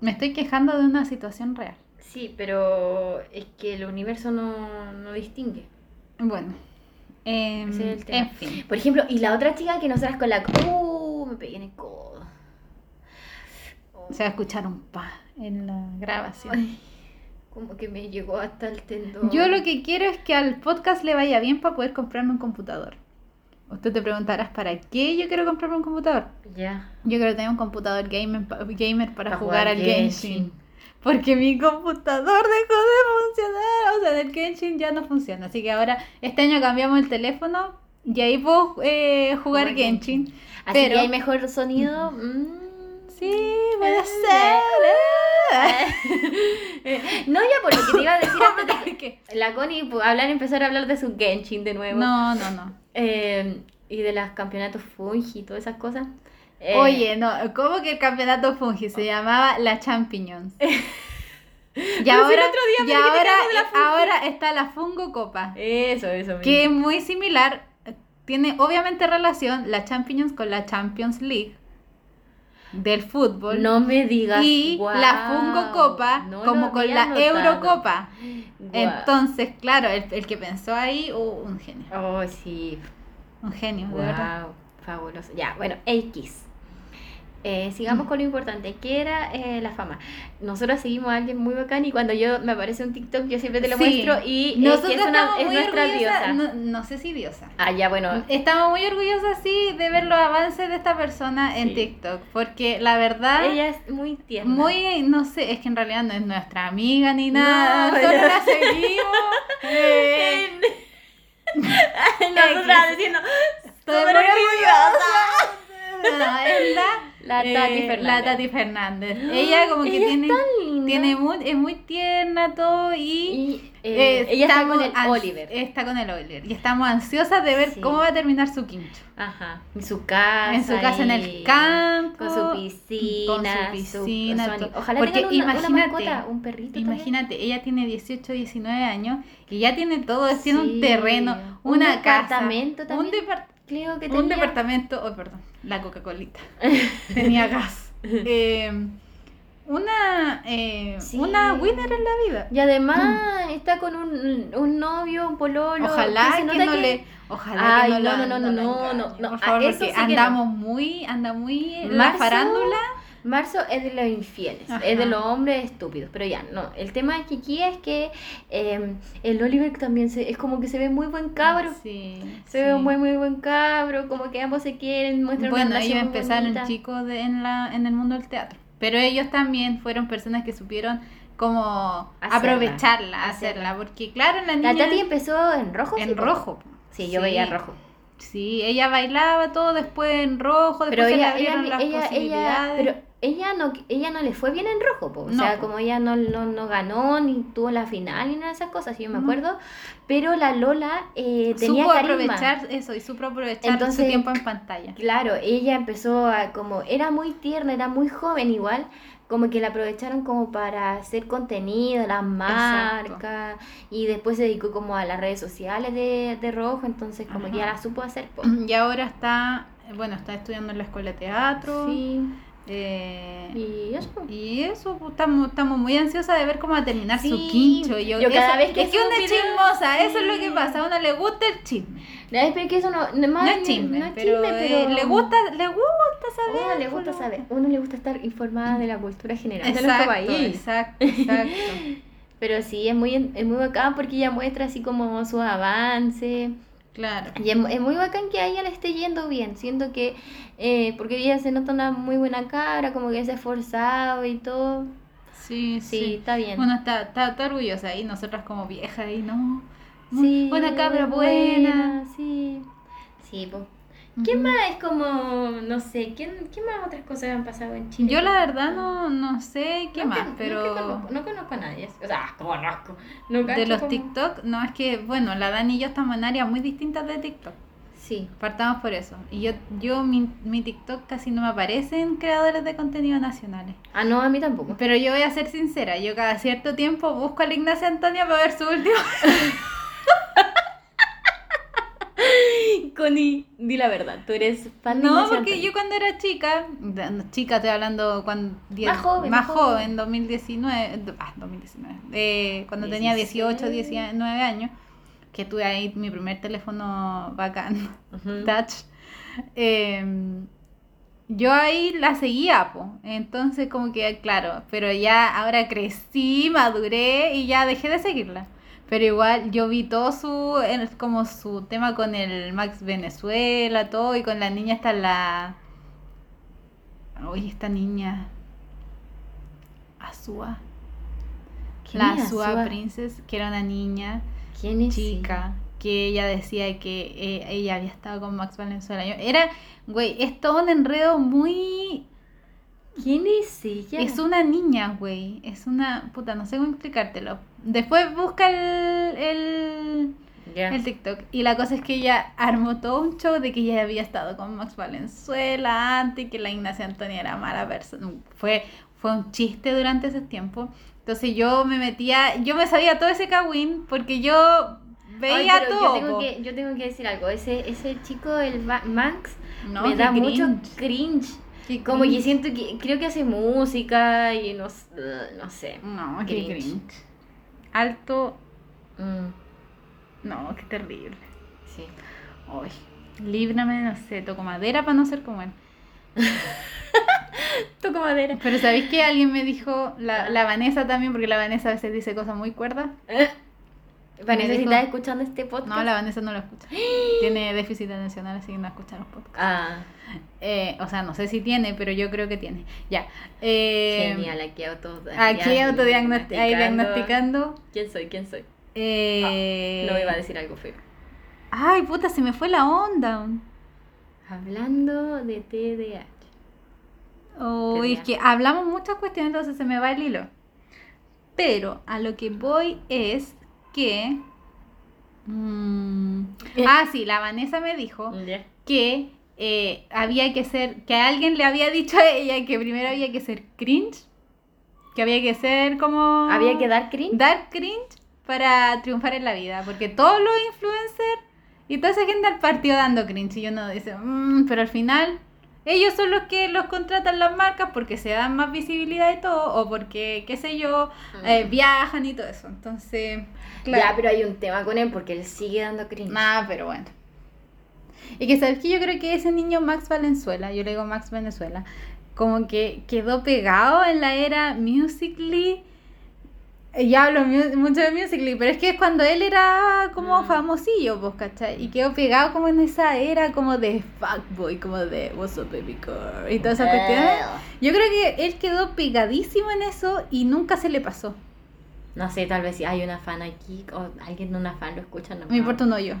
A: Me estoy quejando de una situación real.
B: Sí, pero es que el universo no, no distingue.
A: Bueno, em,
B: Ese es el tema.
A: en fin.
B: Por ejemplo, y la otra chica que nosotras con la... ¡Uh! Me pegué en el codo.
A: Se va a escuchar un pa en la grabación.
B: Ay, como que me llegó hasta el tendón.
A: Yo lo que quiero es que al podcast le vaya bien para poder comprarme un computador. Usted te preguntarás, ¿para qué yo quiero comprarme un computador?
B: Ya.
A: Yo quiero tener un computador gamer, pa- gamer para,
B: Para
A: jugar,
B: jugar
A: al Genshin.
B: Genshin.
A: Porque mi computador dejó de funcionar. O sea, del Genshin ya no funciona. Así que ahora, este año cambiamos el teléfono y ahí puedo eh, jugar
B: Jugar
A: Genshin.
B: Genshin. Así
A: Pero-
B: que hay
A: *laughs*
B: mejor sonido. mm.
A: Sí, puede ¿eh? ser. *laughs*
B: *laughs* No, ya por lo que te iba a decir antes
A: ¿Qué?
B: de que la Connie pu- hablar, empezar a hablar de su Genshin de nuevo.
A: No, no, no.
B: Eh, y de los campeonatos Fungi y todas esas cosas. Eh, oh.
A: Oye, no, ¿cómo que el campeonato Fungi se llamaba la
B: *laughs*
A: Champions? Y
B: el
A: ahora,
B: otro
A: y
B: día me dijiste que
A: ahora, eh,
B: hablamos de la Fungi. Eh,
A: ahora está la Fungo Copa,
B: Eso, eso.
A: que es
B: mismo.
A: muy similar, tiene obviamente relación la Champions con la Champions League del fútbol
B: No me digas.
A: y la
B: guau,
A: Fungo Copa
B: no
A: como
B: lo
A: con
B: había
A: la
B: notado.
A: Eurocopa.
B: Guau.
A: Entonces, claro, el, el que pensó ahí, oh, un genio,
B: Oh, sí.
A: un genio, de verdad.
B: Wow, fabuloso. Ya, bueno, X. Eh,
A: Mm.
B: sigamos con lo importante, que era eh, la fama. Nosotros seguimos a alguien muy bacán y cuando yo me aparece un TikTok yo siempre te lo
A: Sí.
B: muestro y es
A: Nosotros
B: que es, una-
A: estamos
B: es
A: muy
B: nuestra diosa.
A: orgullosas, no, no sé si diosa.
B: Ah, ya, bueno.
A: Estamos muy orgullosas, sí, de ver los avances de esta persona en
B: Sí.
A: TikTok, porque la verdad,
B: Ella es muy tierna.
A: Ah, muy, no sé, es que en realidad no es nuestra amiga ni
B: No,
A: nada, solo
B: ya.
A: la
B: *laughs*
A: seguimos. eh,
B: *laughs* Nosotras diciendo,
A: estoy
B: súper
A: muy
B: orgullosa.
A: orgullosa. No, es la,
B: La Tati
A: eh,
B: Fernández.
A: la Tati Fernández. Ella como que
B: Ella es
A: tiene,
B: tan linda.
A: tiene mu- es muy tierna todo y...
B: Y, eh,
A: eh,
B: ella está
A: estamos eh,
B: con el
A: ans-
B: Oliver.
A: Está con el Oliver. Y estamos ansiosas de ver
B: Sí.
A: cómo va a terminar su quincho.
B: Ajá. En su casa.
A: en su casa, en el
B: y-
A: campo.
B: Con su piscina.
A: con su
B: su-
A: piscina,
B: su ani-
A: todo.
B: Ojalá
A: Porque
B: tengan una, una
A: imagínate,
B: mascota, un perrito.
A: Imagínate, ella tiene 18, 19 años y ya tiene todo,
B: también.
A: tiene un
B: Sí.
A: terreno,
B: Un
A: una casa,
B: departamento
A: un,
B: también.
A: depart-
B: Creo que
A: un
B: tenía.
A: departamento, oh, perdón, la
B: *laughs*
A: Coca-Colita, tenía gas. Eh, una, eh,
B: Sí.
A: una winner en la vida.
B: Y además está con un, un novio, un pololo.
A: Mm. Ojalá
B: se
A: que,
B: nota
A: no
B: que-
A: le, ojalá
B: Ay,
A: que no,
B: no,
A: la-
B: no,
A: la
B: no, no, no,
A: engañe,
B: no,
A: por
B: a
A: favor,
B: eso
A: porque
B: sí que no.
A: andamos muy, anda muy en la
B: Marzo,
A: farándula
B: Marzo es de los infieles,
A: Ajá.
B: es de los hombres estúpidos, pero ya, no. El tema de Kiki es que eh, el Oliver también se- es como que se ve muy buen cabro.
A: Sí.
B: Se ve
A: Ah, sí.
B: un muy, muy buen cabro, como que ambos se quieren, muestran una
A: Bueno,
B: relación
A: ellos
B: muy
A: empezaron
B: bonita.
A: chicos de- en, la, en el mundo del teatro, pero ellos también fueron personas que supieron como
B: Hacerla,
A: aprovecharla,
B: hacerla.
A: hacerla, porque claro, la niña
B: La Tati empezó en rojo. sí,
A: en
B: po.
A: rojo. po.
B: Sí, yo veía rojo.
A: Sí, ella bailaba todo después en rojo, después
B: Pero
A: se le
B: ella,
A: abrieron
B: ella,
A: las
B: ella, ella,
A: posibilidades.
B: pero ella no, ella no le fue bien en rojo, po. o
A: No,
B: sea,
A: po.
B: como ella no, no, no ganó, ni tuvo la final, ni nada de esas cosas, yo me
A: No.
B: acuerdo, pero la Lola eh, tenía
A: supo
B: carisma.
A: aprovechar eso y supo aprovechar
B: Entonces-
A: su tiempo en pantalla.
B: Claro, ella empezó a como, era muy tierna, era muy joven igual, como que la aprovecharon como para hacer contenido, las marcas, y después se dedicó como a las redes sociales de, de Rojo, entonces como que ya
A: Ajá.
B: la supo hacer. po.
A: Y ahora está, bueno, está estudiando en la escuela de teatro.
B: Sí,
A: eh,
B: y eso.
A: Y eso, pues, estamos, estamos muy ansiosas de ver cómo va a terminar
B: Sí.
A: su quincho. Yo,
B: Yo cada
A: eso-
B: vez que
A: es que
B: subo
A: una
B: un
A: es
B: video-
A: chismosa, eso es lo que
B: Sí.
A: pasa, a uno le gusta el chisme.
B: No, espero que eso no, no,
A: No,
B: más-
A: es chisme,
B: no es
A: pero,
B: chisme,
A: eh,
B: pero
A: le gusta, le gusta
B: a
A: saber.
B: uno le gusta
A: pues.
B: saber, a uno le gusta estar informada de la cultura general de nuestro
A: Exacto,
B: país.
A: exacto,
B: *laughs*
A: exacto.
B: Pero sí, es muy, es muy bacán porque ella muestra así como su avance.
A: claro.
B: Y es, mu- es muy bacán que a ella le esté yendo bien, siento que, eh, porque ella se nota una muy buena cara, como que se ha esforzado y todo.
A: Sí,
B: Sí,
A: sí.
B: está bien.
A: Uno está, está, está orgullosa y nosotras como viejas y no.
B: sí,
A: Una cabra buena.
B: Sí, sí, pues. po. ¿Quién
A: Ujú.
B: más es como, no sé, ¿quién, ¿qué más otras cosas han pasado en Chile?
A: Yo la verdad no, no sé qué
B: No
A: más,
B: con- no
A: pero...
B: que conozco, no conozco a nadie, o sea, *laughs* conozco. No
A: de
B: cacho
A: los
B: como-
A: TikTok, no es que, bueno, la Dani y yo estamos en áreas muy distintas de TikTok.
B: Sí,
A: Partamos por eso. Y yo, yo mi, mi TikTok casi no me aparecen creadores de contenido nacionales.
B: ah, no, a
A: *laughs*
B: mí tampoco.
A: Pero yo voy a ser sincera, yo cada cierto tiempo busco al Ignacio Antonio para ver su
B: *laughs*
A: último.
B: Connie, di la verdad, tú eres fan de
A: No,
B: Ignacio
A: porque
B: Antonio.
A: yo cuando era chica, de- no, chica estoy hablando cuando... diez-
B: Más joven,
A: Más
B: más joven.
A: joven, 2019, do- ah, 2019, eh, cuando tenía 18,
B: 16.
A: 19 años, que tuve ahí mi primer teléfono bacán.
B: Ujú.
A: touch. eh, yo ahí la seguía, po. entonces como que, claro, pero ya ahora crecí, maduré y ya dejé de seguirla. Pero igual yo vi todo su, el- como su tema con el Max Venezuela, todo, y con la niña está la... Uy, esta niña... Azúa.
B: ¿Quién
A: La
B: es
A: Azúa
B: Azúa?
A: Princess, que era una niña
B: ¿Quién es?
A: chica que ella decía que eh, ella había estado con Max Valenzuela. Yo- era, güey, es todo un enredo muy...
B: ¿Quién es ella?
A: Es una niña, güey. Es una... Puta, no sé cómo explicártelo. Después busca el, el,
B: Ya.
A: el TikTok. Y la cosa es que ella armó todo un show de que ella había estado con Max Valenzuela antes, que la Ignacia Antonia era mala persona. Fue, fue un chiste durante ese tiempo. Entonces yo me metía... Yo me sabía todo ese cagüín porque yo...
B: Ay,
A: Veía
B: pero
A: todo.
B: Yo tengo,
A: po.
B: que, yo tengo que decir algo. Ese, ese chico, el Ba- Max,
A: No,
B: me
A: qué
B: da mucho
A: cringe,
B: cringe.
A: qué
B: Como que
A: cringe.
B: siento que. Creo que hace música y no, s- uh, no sé.
A: No, qué
B: cringe.
A: cringe. Alto.
B: Mm,
A: No, qué terrible.
B: sí.
A: Ay. Líbrame, no sé, toco madera para no ser como él.
B: Toco madera.
A: Pero ¿sabéis que alguien me dijo, la, la Vanessa también, porque la Vanessa a veces dice cosas muy cuerdas?
B: Vanessa, si
A: dijo-
B: estás escuchando este podcast.
A: No, la Vanessa no lo escucha. *gasps* Tiene déficit atencional, así que no escucha los podcasts.
B: Ah,
A: Eh, o sea, no sé si tiene, pero yo creo que tiene. Ya. Eh,
B: genial. Aquí autodiagnosticando.
A: Aquí autodiagnosticando. Ahí diagnosticando.
B: ¿Quién soy? ¿Quién soy?
A: Eh,
B: No iba a decir algo feo.
A: Ay, puta, se me fue la onda.
B: Hablando de TDAH.
A: Uy, es que hablamos muchas cuestiones, entonces se me va el hilo. Pero a lo que voy es que... mm,
B: Eh.
A: ah, sí, la Vanessa me dijo
B: Ya.
A: que eh, había que ser, que alguien le había dicho a ella que primero había que ser cringe, que había que ser como...
B: Oh. Había que dar cringe.
A: dar cringe para triunfar en la vida, porque todos los influencers y toda esa gente al partido dando cringe y uno dice, "Mm", pero al final ellos son los que los contratan las marcas porque se dan más visibilidad y todo, o porque, qué sé yo, eh, viajan y todo eso. Entonces,
B: Mm. Ya, pero hay un tema con él porque él sigue dando cringe.
A: Nah, Ah, pero bueno. Y que sabes que yo creo que ese niño Max Valenzuela, yo le digo Max Venezuela, como que quedó pegado en la era Musically. Ya hablo mu- mucho de Musically, pero es que es cuando él era como
B: Mm.
A: famosillo, pues, ¿cachai? Y quedó pegado como en esa era como de fuckboy, como de what's up baby girl y todas esas cuestiones.
B: Eh,
A: Yo creo que él quedó pegadísimo en eso y nunca se le pasó.
B: No sé, tal vez si hay una fan aquí o alguien de una fan lo escucha. No,
A: Me importa un
B: *laughs*
A: hoyo.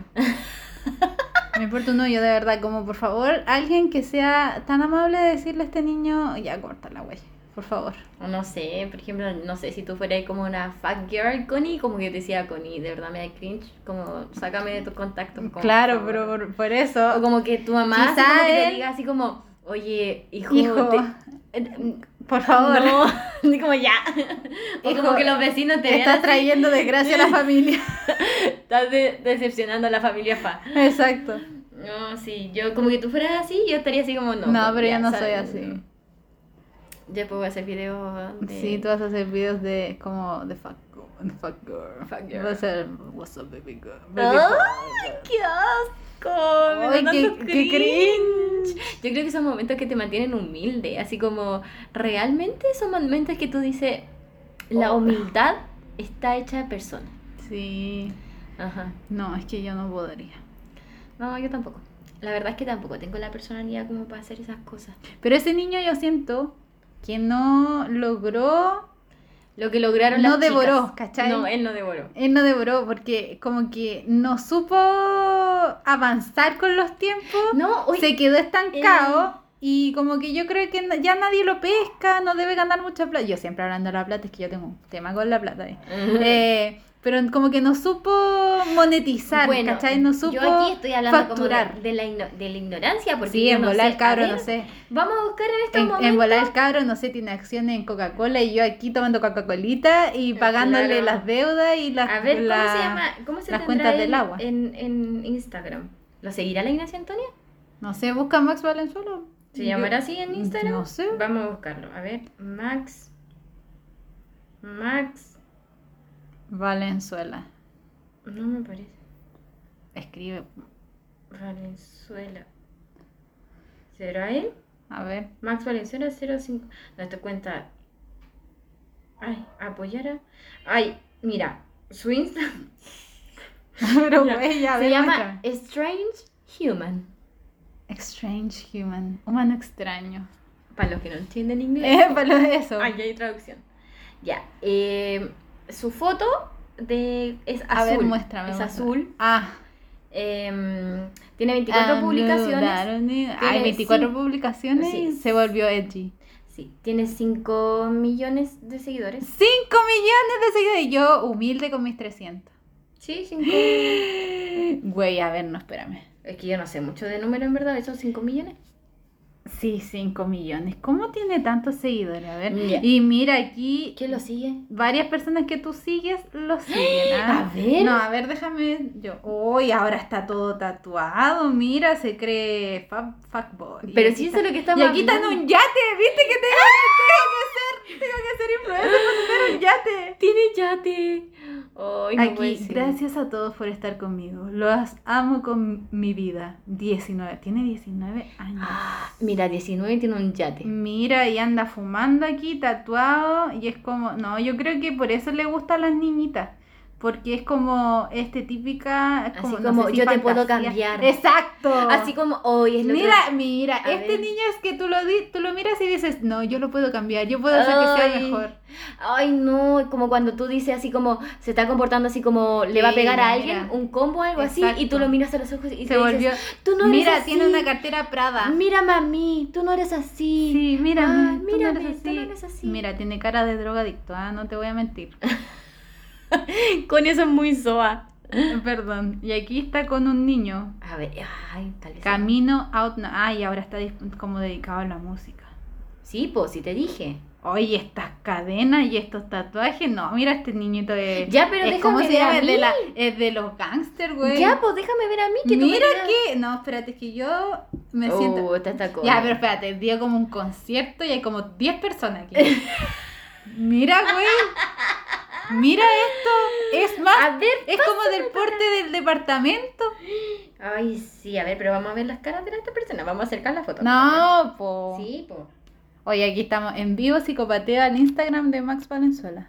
A: Me importa un hoyo, de verdad. Como, por favor, alguien que sea tan amable de decirle a este niño, ya, corta la wey, por favor.
B: O No sé, por ejemplo, no sé si tú fueras como una fat girl, Connie, como que te decía Connie, de verdad me da cringe, como sácame de tus contactos. como,
A: claro,
B: por
A: pero
B: favor".
A: por, por eso.
B: O como que tu mamá así
A: Quizá
B: como que te
A: él-
B: diga así como, oye, hijo,
A: Hijo,
B: te- eh,
A: por favor. *laughs*
B: No, *laughs* Y como ya. O
A: Hijo,
B: como que los vecinos te vean
A: Estás
B: así,
A: trayendo desgracia a la
B: *laughs*
A: familia.
B: estás de- decepcionando a la familia fa.
A: Exacto.
B: No, sí, yo como que tú fueras así, yo estaría así como no.
A: No,
B: como
A: pero yo
B: ya,
A: no soy
B: ¿sabes?
A: así.
B: Yo puedo hacer videos de...
A: Sí, tú vas a hacer videos de como de fuck, girl, de fuck girl.
B: Fuck girl. Ah.
A: Vas a hacer what's up baby girl. Baby
B: ¡Ay, qué asco! Me
A: Ay,
B: da
A: qué-
B: tanto
A: qué cringe.
B: Yo creo que son momentos que te mantienen humilde, así como realmente son momentos que tú dices, la
A: Oh.
B: humildad está hecha de persona.
A: girl. Sí.
B: Ajá.
A: No, es que yo no podría.
B: No, yo tampoco. La verdad es que tampoco tengo la personalidad como para hacer esas cosas.
A: Pero ese niño yo siento que no logró,
B: Lo que lograron
A: No
B: las chicas.
A: devoró, ¿cachai?
B: No, él no devoró.
A: él no devoró porque como que no supo avanzar con los tiempos,
B: No, eh. oye,
A: se quedó estancado y como que yo creo que na- ya nadie lo pesca, no debe ganar mucha plata. Yo siempre hablando de la plata, es que yo tengo un tema con la plata.
B: *laughs*
A: eh. Eh, pero como que no supo monetizar,
B: bueno,
A: ¿cachai? No supo
B: yo aquí estoy hablando
A: facturar.
B: como de, de la igno- de la ignorancia, porque
A: sí,
B: yo
A: en
B: no
A: volar
B: sé.
A: el cabro,
B: A
A: no
B: ver, este
A: sé.
B: Vamos a buscar en estos
A: En,
B: momentos.
A: en volar el cabro, no sé, tiene acciones en Coca-Cola y yo aquí tomando Coca-Colita y pagándole
B: Eh, Claro.
A: las deudas y las...
B: A ver, ¿cómo
A: la-
B: se llama? ¿Cómo se
A: las
B: tendrá
A: cuentas
B: en-
A: del agua.
B: En, en Instagram. ¿Lo seguirá la Ignacia Antonia?
A: No sé, busca Max Valenzuela.
B: ¿Se
A: Yo-
B: llamará así en Instagram?
A: No sé.
B: Vamos a buscarlo. A ver, Max. Max.
A: Valenzuela.
B: No me parece.
A: Escribe.
B: Valenzuela. ¿Será él?
A: A ver. *laughs*
B: Max Valenzuela 05. No te cuenta. Ay, apoyar a. Ay, mira. Su Instagram
A: Pero
B: Ya.
A: güey, ya, a
B: se
A: ver, muéstrame.
B: llama Strange Human.
A: Strange Human. Humano extraño. *laughs*
B: Para los que no entienden inglés.
A: Eh, para lo de eso.
B: Ah, ya hay traducción. Ya. eh, su foto de, es azul.
A: a ver, muéstrame.
B: Es
A: muéstrame.
B: azul.
A: Ah.
B: em, tiene 24
A: Ah, no,
B: publicaciones.
A: claro, ni- Ay, 24
B: cinco-
A: publicaciones y
B: sí.
A: se volvió edgy.
B: Sí, tiene 5 millones de seguidores.
A: 5 millones de seguidores. y Yo humilde con mis
B: *laughs*
A: 300.
B: Sí, 5.
A: Güey, a ver, no, espérame.
B: Es que yo no sé mucho de número en verdad, esos 5 millones.
A: Sí, 5 millones. ¿Cómo tiene tantos seguidores? A ver.
B: Ya.
A: Y mira aquí,
B: ¿Quién lo sigue?
A: varias personas que tú sigues
B: *gasps*
A: lo siguen. ¿ah?
B: A ver.
A: No, a ver, déjame yo. Uy, ahora está todo tatuado. Mira, se cree fa- fuckboy.
B: Pero
A: sí
B: sí, eso es lo que
A: Y
B: estamos
A: aquí está en
B: hablando. ¡Ah!
A: un yate. ¿Viste que tengo, que, tengo que ser? Tengo que ser influencer para tener un yate.
B: Tiene yate. Ay, no puede
A: Aquí,
B: ser.
A: gracias a todos por estar conmigo. Los amo con mi vida. 19. Tiene 19 años.
B: Ah, Mira, 19 tiene un yate.
A: Mira, y anda fumando aquí, tatuado, y es como, no, yo creo que por eso le gusta a las niñitas, porque es como este típica, es
B: Así
A: como, no
B: como,
A: sé si
B: yo te puedo
A: fantasía.
B: cambiar.
A: Exacto.
B: Así como hoy es lo que-
A: Mira, mira,
B: A
A: este
B: ver.
A: niño es que tú lo di- tú lo miras y dices, no, yo lo puedo cambiar, yo puedo hacer que sea
B: Ay.
A: mejor.
B: Ay, no, como cuando tú dices así como, se está comportando así como, le va a pegar a
A: Mira,
B: alguien
A: mira.
B: un combo o algo así, y
A: Exacto.
B: tú lo miras a los ojos y
A: Se
B: te
A: volvió.
B: dices, tú no eres
A: mira,
B: así.
A: tiene una cartera Prada.
B: Mira, mami, tú no eres así.
A: Sí, mira,
B: Ay,
A: tú no eres
B: Ah, mírame, tú no eres así.
A: Mira, tiene cara de drogadicto, ah, no te voy a
B: *laughs*
A: mentir.
B: Con eso es muy soa.
A: Perdón. Y aquí está con un niño,
B: A ver, ay, tal vez.
A: Camino out. no- Ay, ahora está dis- como dedicado a la música.
B: Sí, pues, sí te dije.
A: Oye, estas cadenas y estos tatuajes. No, mira este niñito de.
B: Ya, pero
A: es
B: déjame
A: como
B: ver
A: se llama
B: a
A: el
B: mí.
A: de, la, es de los gangsters, güey.
B: Ya, pues, déjame ver a mí que tú me
A: mira
B: digas-
A: que. No, espérate, es que yo me
B: Oh,
A: siento.
B: te atacó.
A: Ya, pero espérate, dio como un concierto y hay como 10 personas
B: *laughs*
A: aquí. mira, güey. Mira esto. Es más,
B: A ver,
A: es como del porte del departamento.
B: ay, sí, a ver, pero vamos a ver las caras de esta persona, vamos a acercar la foto.
A: No, po.
B: Sí, pues.
A: Hoy aquí estamos en vivo, psicopateo al Instagram de Max Valenzuela.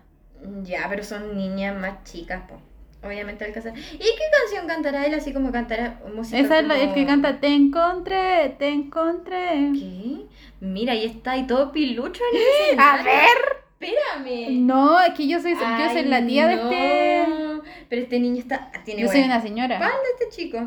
B: Ya, pero son niñas más chicas, po. Obviamente al casar. ¿Y qué canción cantará él así como cantará música?
A: Esa es la-
B: como-
A: el que canta Te encontré, te encontré.
B: ¿Qué? Mira, ahí está, y todo pilucho en el
A: A
B: escenario.
A: ver.
B: Espérame.
A: No, es que yo soy, yo soy la
B: Ay,
A: tía
B: no.
A: de este.
B: Pero este niño está. Tiene
A: Yo soy
B: buena
A: una señora.
B: espalda este chico.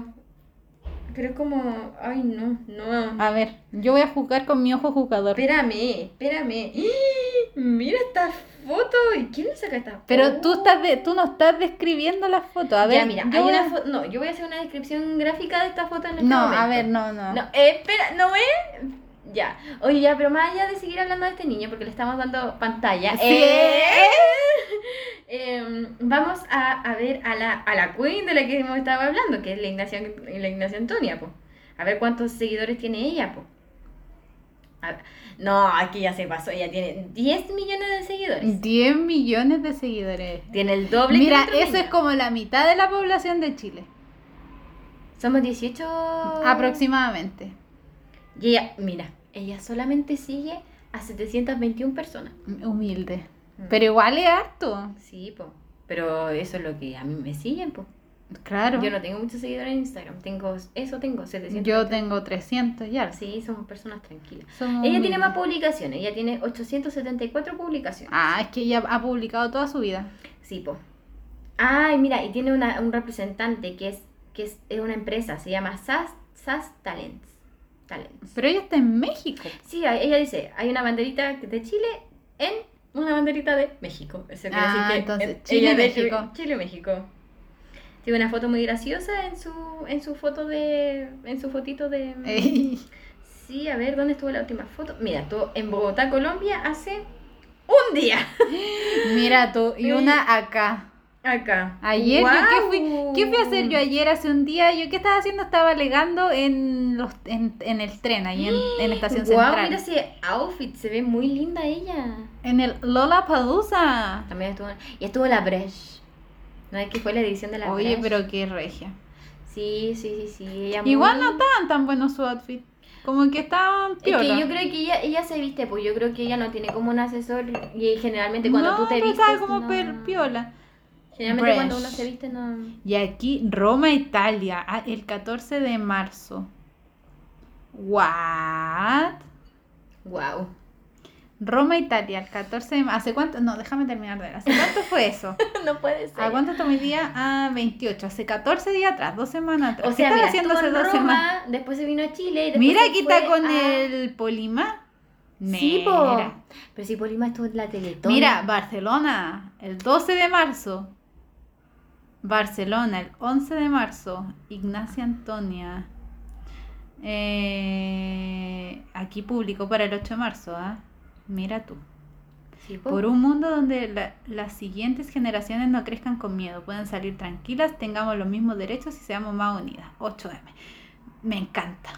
B: Pero es como. Ay, no, no.
A: A ver, yo voy a juzgar con mi ojo jugador.
B: Espérame, espérame. *gasps* ¡Ah! Mira esta foto. ¿Y quién le saca esta foto?
A: Pero tú estás de- tú no estás describiendo las fotos. A ver,
B: ya, mira,
A: yo
B: hay
A: voy a-
B: una foto. No, yo voy a hacer una descripción gráfica de esta foto en este
A: No,
B: momento.
A: a ver, no, no.
B: No, eh, espera, ¿no es? Ya. Oye, ya, pero más allá de seguir hablando de este niño, porque le estamos dando pantalla.
A: Sí.
B: eh, *laughs* eh, vamos a, a ver a la, a la queen de la que hemos estado hablando, que es la Ignacia, la Ignacia Antonia, po. A ver cuántos seguidores tiene ella, po. A ver, No, aquí ya se pasó, ella tiene 10 millones de seguidores.
A: 10 millones de seguidores.
B: Tiene el pues. doble que
A: Mm.
B: el
A: Mira,
B: otro
A: eso
B: niño.
A: es como la mitad de la población de Chile,
B: Somos 18...
A: aproximadamente.
B: Y ella, mira, ella solamente sigue a 721 personas.
A: Humilde.
B: Mm.
A: Pero igual es harto.
B: Sí, po. Pero eso es lo que a mí me siguen, po.
A: Claro.
B: Yo no tengo muchos seguidores en Instagram. Tengo, eso tengo, 700.
A: Yo tengo 300 ya.
B: Sí, somos personas tranquilas.
A: Somos
B: Ella tiene
A: humildes.
B: más publicaciones. Ella tiene 874 publicaciones.
A: Ah, es que ella ha publicado toda su vida.
B: Sí, po. Ay, mira, y tiene una- un representante que es que es, es una empresa. Se llama SAS, SAS Talents. Talents.
A: Pero ella está en México.
B: Sí, ahí- ella dice, hay una banderita de Chile en una banderita de México. Eso quiere
A: Ah,
B: decir que
A: entonces,
B: en-
A: Chile,
B: ella de
A: México.
B: Chile, México. Tiene una foto muy graciosa en su en su foto de en su fotito de
A: Ey.
B: Sí, a ver, ¿dónde estuvo la última foto? Mira, estuvo en Bogotá, Colombia hace un día. *laughs*
A: Mira tú, y
B: Ey.
A: una acá.
B: Acá.
A: Ayer, yo, ¿qué, fui,
B: ¡Guau!
A: qué fui a hacer yo
B: Mm.
A: ayer? Hace un día, ¿yo qué estaba haciendo? Estaba alegando en, los, en, en el tren, ahí en,
B: *gasps*
A: en Estación
B: Guau,
A: Central.
B: mira ese outfit, se ve muy linda ella.
A: En el Lollapalooza.
B: También estuvo y estuvo la Breche. No es que fue la edición de la
A: Oye,
B: Breche.
A: pero qué regia.
B: Sí, sí, sí, sí. Ella
A: Igual
B: muy-
A: no estaban tan buenos su outfit. Como que estaban
B: Es
A: piola.
B: que yo creo que ella, ella se viste, pues yo creo que ella no tiene como un asesor y generalmente cuando
A: no,
B: tú te
A: pero
B: vistes...
A: estaba como
B: no.
A: per- piola.
B: Generalmente
A: Bresh.
B: cuando uno se viste no...
A: Y aquí, Roma, Italia, ah, el 14 de marzo. What?
B: Wow.
A: Roma, Italia, el 14 de marzo. ¿Hace cuánto? No, déjame terminar de ver. ¿Hace cuánto fue
B: *laughs*
A: eso?
B: *laughs* no puede ser.
A: ¿A cuánto tomé día? Ah, 28. Hace 14 días atrás, dos semanas atrás.
B: O sea,
A: ¿Qué
B: mira,
A: estaba haciendo
B: estuvo
A: hace dos
B: en Roma,
A: semanas?
B: después se vino a Chile y después
A: Mira,
B: se
A: aquí está
B: fue
A: con
B: a-
A: el Polima.
B: Sí, po.
A: Mira.
B: Pero si Polima estuvo en la Teletón.
A: Mira, Barcelona, el 12 de marzo. Barcelona, el 11 de marzo. Ignacia Antonia. Eh, aquí publicó para el 8 de marzo, ¿ah? Mira tú.
B: Sí, po.
A: Por un mundo donde la- las siguientes generaciones no crezcan con miedo, puedan salir tranquilas, tengamos los mismos derechos y seamos más unidas. 8M. Me
B: *laughs*
A: encanta.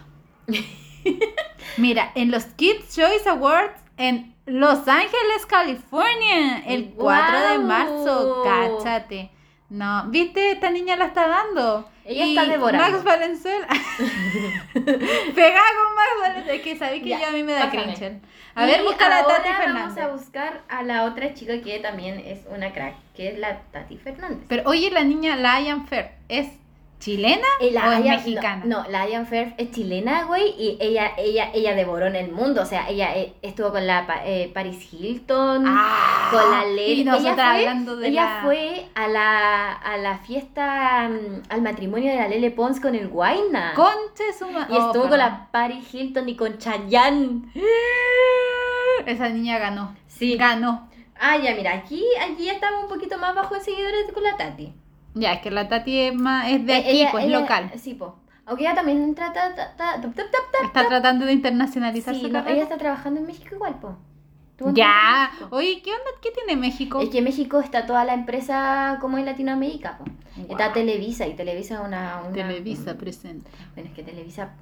A: Mira, en los Kids Choice Awards en Los Ángeles, California, el 4 de
B: ¡Guau!
A: marzo, cáchate. No, ¿viste? Esta niña la está dando.
B: Ella está devorando.
A: Max
B: *laughs*
A: Valenzuela. Pegada con Max Valenzuela. Es que sabéis que
B: Ya,
A: yo a mí me da
B: pásame.
A: cringe. A ver,
B: Y
A: busca a
B: ahora
A: Tati Fernández.
B: vamos a buscar a la otra chica que también es una crack, que es la Tati Fernández.
A: Pero oye, la niña Lion Fair, ¿es chilena?
B: Eh,
A: ¿O es
B: Aya-
A: mexicana?
B: No, no, la Ian Firth es chilena, güey, y ella, ella, ella devoró en el mundo. O sea, ella eh, estuvo con la pa- eh, Paris Hilton, Mm. con la Lady.
A: Y nosotras
B: ella fue,
A: hablando Ah, de
B: ella
A: la...
B: fue a la, a la fiesta, mm, al matrimonio de la Lele Pons con el Guayna.
A: Conche suma.
B: Y estuvo con la Paris Hilton y con Chayanne.
A: Esa niña ganó.
B: Sí.
A: Ganó.
B: Ah, ya, mira, aquí, aquí ya estaba un poquito más bajo en seguidores con la Tati.
A: Ya, es que la Tati es, más, es de
B: Eh,
A: aquí,
B: ella-
A: pues
B: ella-
A: local.
B: Sí, po. Aunque ella también entra... ta- ta- ta- ta- ta- ta-
A: Está tratando de internacionalizar
B: Sí,
A: su
B: no,
A: carrera.
B: ella está trabajando en México igual, po. Tuvo un
A: Ya.
B: trabajo en México.
A: Oye, ¿qué onda? ¿Qué tiene México?
B: Es que en México está toda la empresa como en Latinoamérica, po. Está
A: Guau.
B: Televisa y Televisa es una, una- mm.
A: Televisa presente.
B: Bueno, es que Televisa...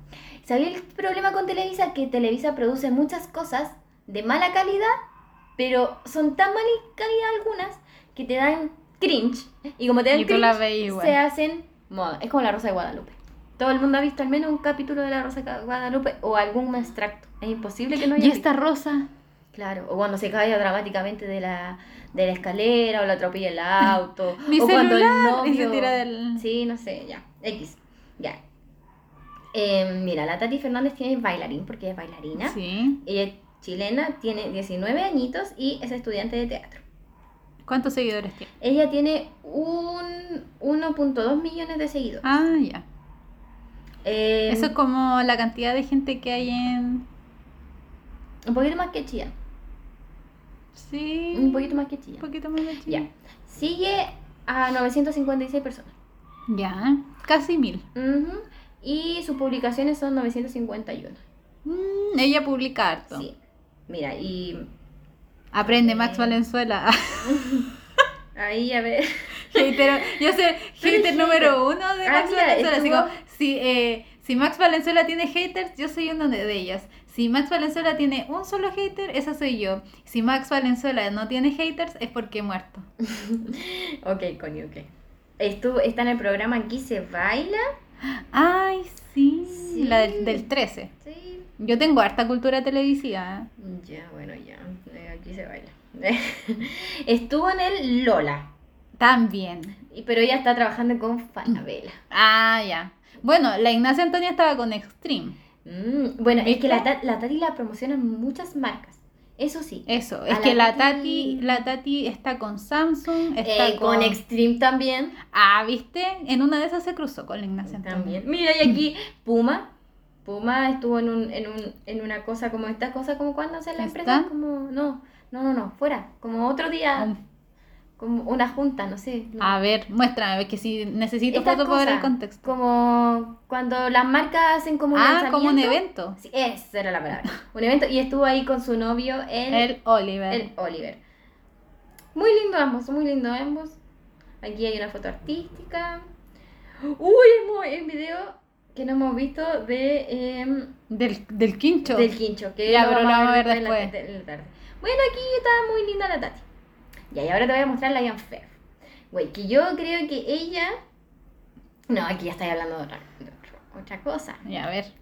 B: ¿Sabía el problema con Televisa? Que Televisa produce muchas cosas de mala calidad, pero son tan mala calidad algunas que te dan cringe. Y como te dan
A: Y tú
B: cringe,
A: la veis igual.
B: se hacen moda. Es como La Rosa de Guadalupe. Todo el mundo ha visto al menos un capítulo de La Rosa de Guadalupe o algún extracto. Es imposible que no haya
A: Y
B: visto.
A: esta rosa.
B: Claro, o cuando se cae dramáticamente de la, de la escalera o la atropella el auto.
A: *laughs* Mi
B: o cuando el
A: celular, y se
B: novio.
A: tira del-
B: Sí, no sé, ya. X. Ya. Eh, mira, la Tati Fernández tiene bailarín porque ella es bailarina.
A: Sí.
B: Ella es chilena, tiene 19 añitos y es estudiante de teatro.
A: ¿Cuántos seguidores tiene?
B: Ella tiene un 1.2 millones de seguidores.
A: Ah, ya.
B: Eh,
A: Eso es como la cantidad de gente que hay en...
B: Un poquito más que Chía.
A: Sí.
B: Un poquito más que Chía.
A: Un poquito más de Chile.
B: Ya. Sigue a 956 personas.
A: Ya. Casi mil.
B: Ujú. Y sus publicaciones son 951.
A: Mm, ella publica harto.
B: Sí. Mira, y
A: Aprende Max
B: Eh. *laughs*
A: Valenzuela.
B: ahí a ver. *laughs*
A: hater, yo sé,
B: Soy
A: hater
B: hater.
A: número uno de
B: Ah,
A: Max
B: mira,
A: Valenzuela. Así
B: estuvo-
A: como, si, eh, si Max Valenzuela tiene haters, yo soy uno de, de ellas. Si Max Valenzuela tiene un solo hater, esa soy yo. Si Max Valenzuela no tiene haters, es porque he muerto.
B: Ok, Connie, ok. Estuvo, está en el programa Aquí se baila.
A: Ay, sí.
B: Sí.
A: La del, del 13.
B: Sí.
A: Yo tengo harta cultura televisiva. ¿eh?
B: Ya, bueno, ya. Eh, Aquí se baila. *laughs* Estuvo en el Lola.
A: También.
B: y- Pero ella está trabajando con Falabella.
A: Ah, ya. Bueno, la Ignacia Antonia estaba con Extreme.
B: Mm, bueno, es
A: ¿Viste?
B: que la, Ta- la Tati la promocionan muchas marcas. Eso sí.
A: Eso, es
B: A
A: que
B: la
A: la Tati,
B: Tati-
A: la Tati está con Samsung, está
B: Eh,
A: con,
B: con Extreme también.
A: Ah, ¿viste? En una de esas se cruzó con la Ignacia Antonia.
B: También. Mira, y aquí Puma. Puma estuvo en, un, en, un, en una cosa como esta cosa, como cuando hace la empresa.
A: ¿Está?
B: Como, no, no, no, no, fuera. Como otro día,
A: Un-
B: como una junta, no sé. no.
A: A ver, muéstrame, que si necesito
B: Estas
A: foto para ver el
B: cosas,
A: contexto.
B: Como cuando las marcas hacen como un
A: ah, como un
B: lanzamiento.
A: evento.
B: Sí, esa era la palabra. Un evento y estuvo ahí con su novio, el, el,
A: El Oliver.
B: Oliver. Muy lindo ambos, muy lindo ambos. Aquí hay una foto artística. Uy, hemos- el video que no hemos visto de em,
A: Del, del quincho.
B: del quincho. Que
A: Ya, pero lo
B: vamos a ver
A: después.
B: en la- en la tarde. Bueno, aquí está muy linda la Tati. Ya, Y ahora te voy a mostrar la Ian Fair. Güey, que yo creo que ella... No, aquí ya estáis hablando de otra, de otra- otra cosa.
A: Ya, a ver.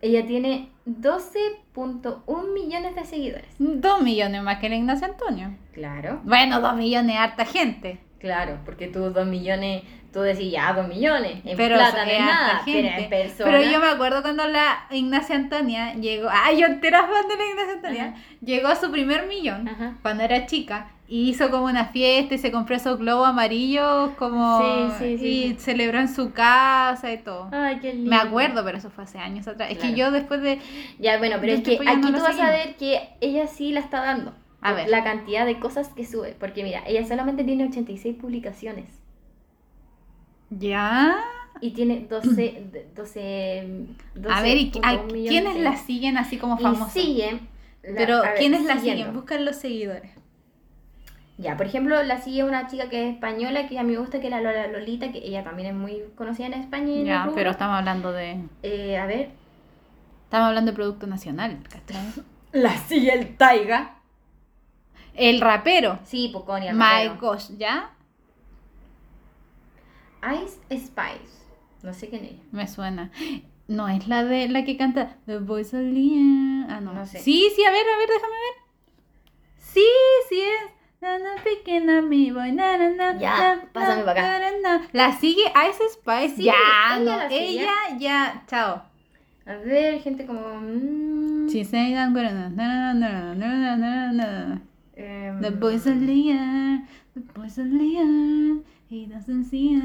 B: Ella tiene 12.1 millones de seguidores.
A: Dos millones más que la Ignacia Antonio.
B: Claro,
A: Bueno, dos millones, harta gente.
B: claro, porque tú 2 millones, tú decís ya 2 millones, en
A: Pero
B: plata
A: es
B: no es
A: harta
B: nada, pero
A: gente.
B: en persona.
A: Pero yo me acuerdo cuando la Ignacia Antonia llegó. ¡Ay, yo enteras fan de la Ignacia Antonia!
B: Ajá.
A: Llegó a su primer millón
B: Ajá.
A: cuando era chica y hizo como una fiesta y se compró esos globos amarillos como.
B: Sí, sí, sí,
A: Y
B: sí.
A: celebró en su casa y todo.
B: Ay, qué lindo.
A: Me acuerdo, pero eso fue hace años atrás. Es que
B: Claro.
A: yo después de.
B: Ya, bueno, pero
A: Yo
B: es
A: estoy
B: que aquí
A: apoyando
B: tú
A: a los
B: vas a
A: seguidores.
B: ver que ella sí la está dando.
A: A ver.
B: La cantidad de cosas que sube. Porque mira, ella solamente tiene 86 publicaciones.
A: Ya.
B: Y tiene
A: *clears throat*
B: 12. 12,
A: a ver, ¿y qui- a
B: 12.1 millones
A: quiénes
B: de-
A: la siguen así como famosa?
B: Y siguen. la-
A: Pero
B: a ver,
A: ¿quiénes la
B: siguiendo.
A: siguen? Buscan los seguidores.
B: Ya, por ejemplo, la sigue una chica que es española, que a mí me gusta, que es la Lola Lolita, que ella también es muy conocida en España. y en el
A: Ya,
B: rubro.
A: pero estamos hablando de.
B: Eh, a ver.
A: Estamos hablando de producto nacional, ¿cachai? *laughs*
B: La sigue el Taiga.
A: El rapero.
B: Sí, Poconia.
A: My gosh, ¿ya?
B: Ice Spice. No sé quién es.
A: Me suena. No es la de la que canta The Voice of Leon. Ah, no.
B: No sé.
A: Sí, sí, a ver, a ver, déjame ver. Sí, sí es. Na, na, pequeña, mi boy, na, na, na,
B: Ya,
A: na,
B: pásame
A: na,
B: pa' acá.
A: na, na, na. La sigue Ice Spice.
B: Sí,
A: ya,
B: ella
A: no.
B: la sigue.
A: Ella, ya, chao.
B: A ver, gente como. mm,
A: She said I'm gonna- na, na, na, na, na, na, na, na.
B: em,
A: The voice of Leon, the voice of Leon, he doesn't see her.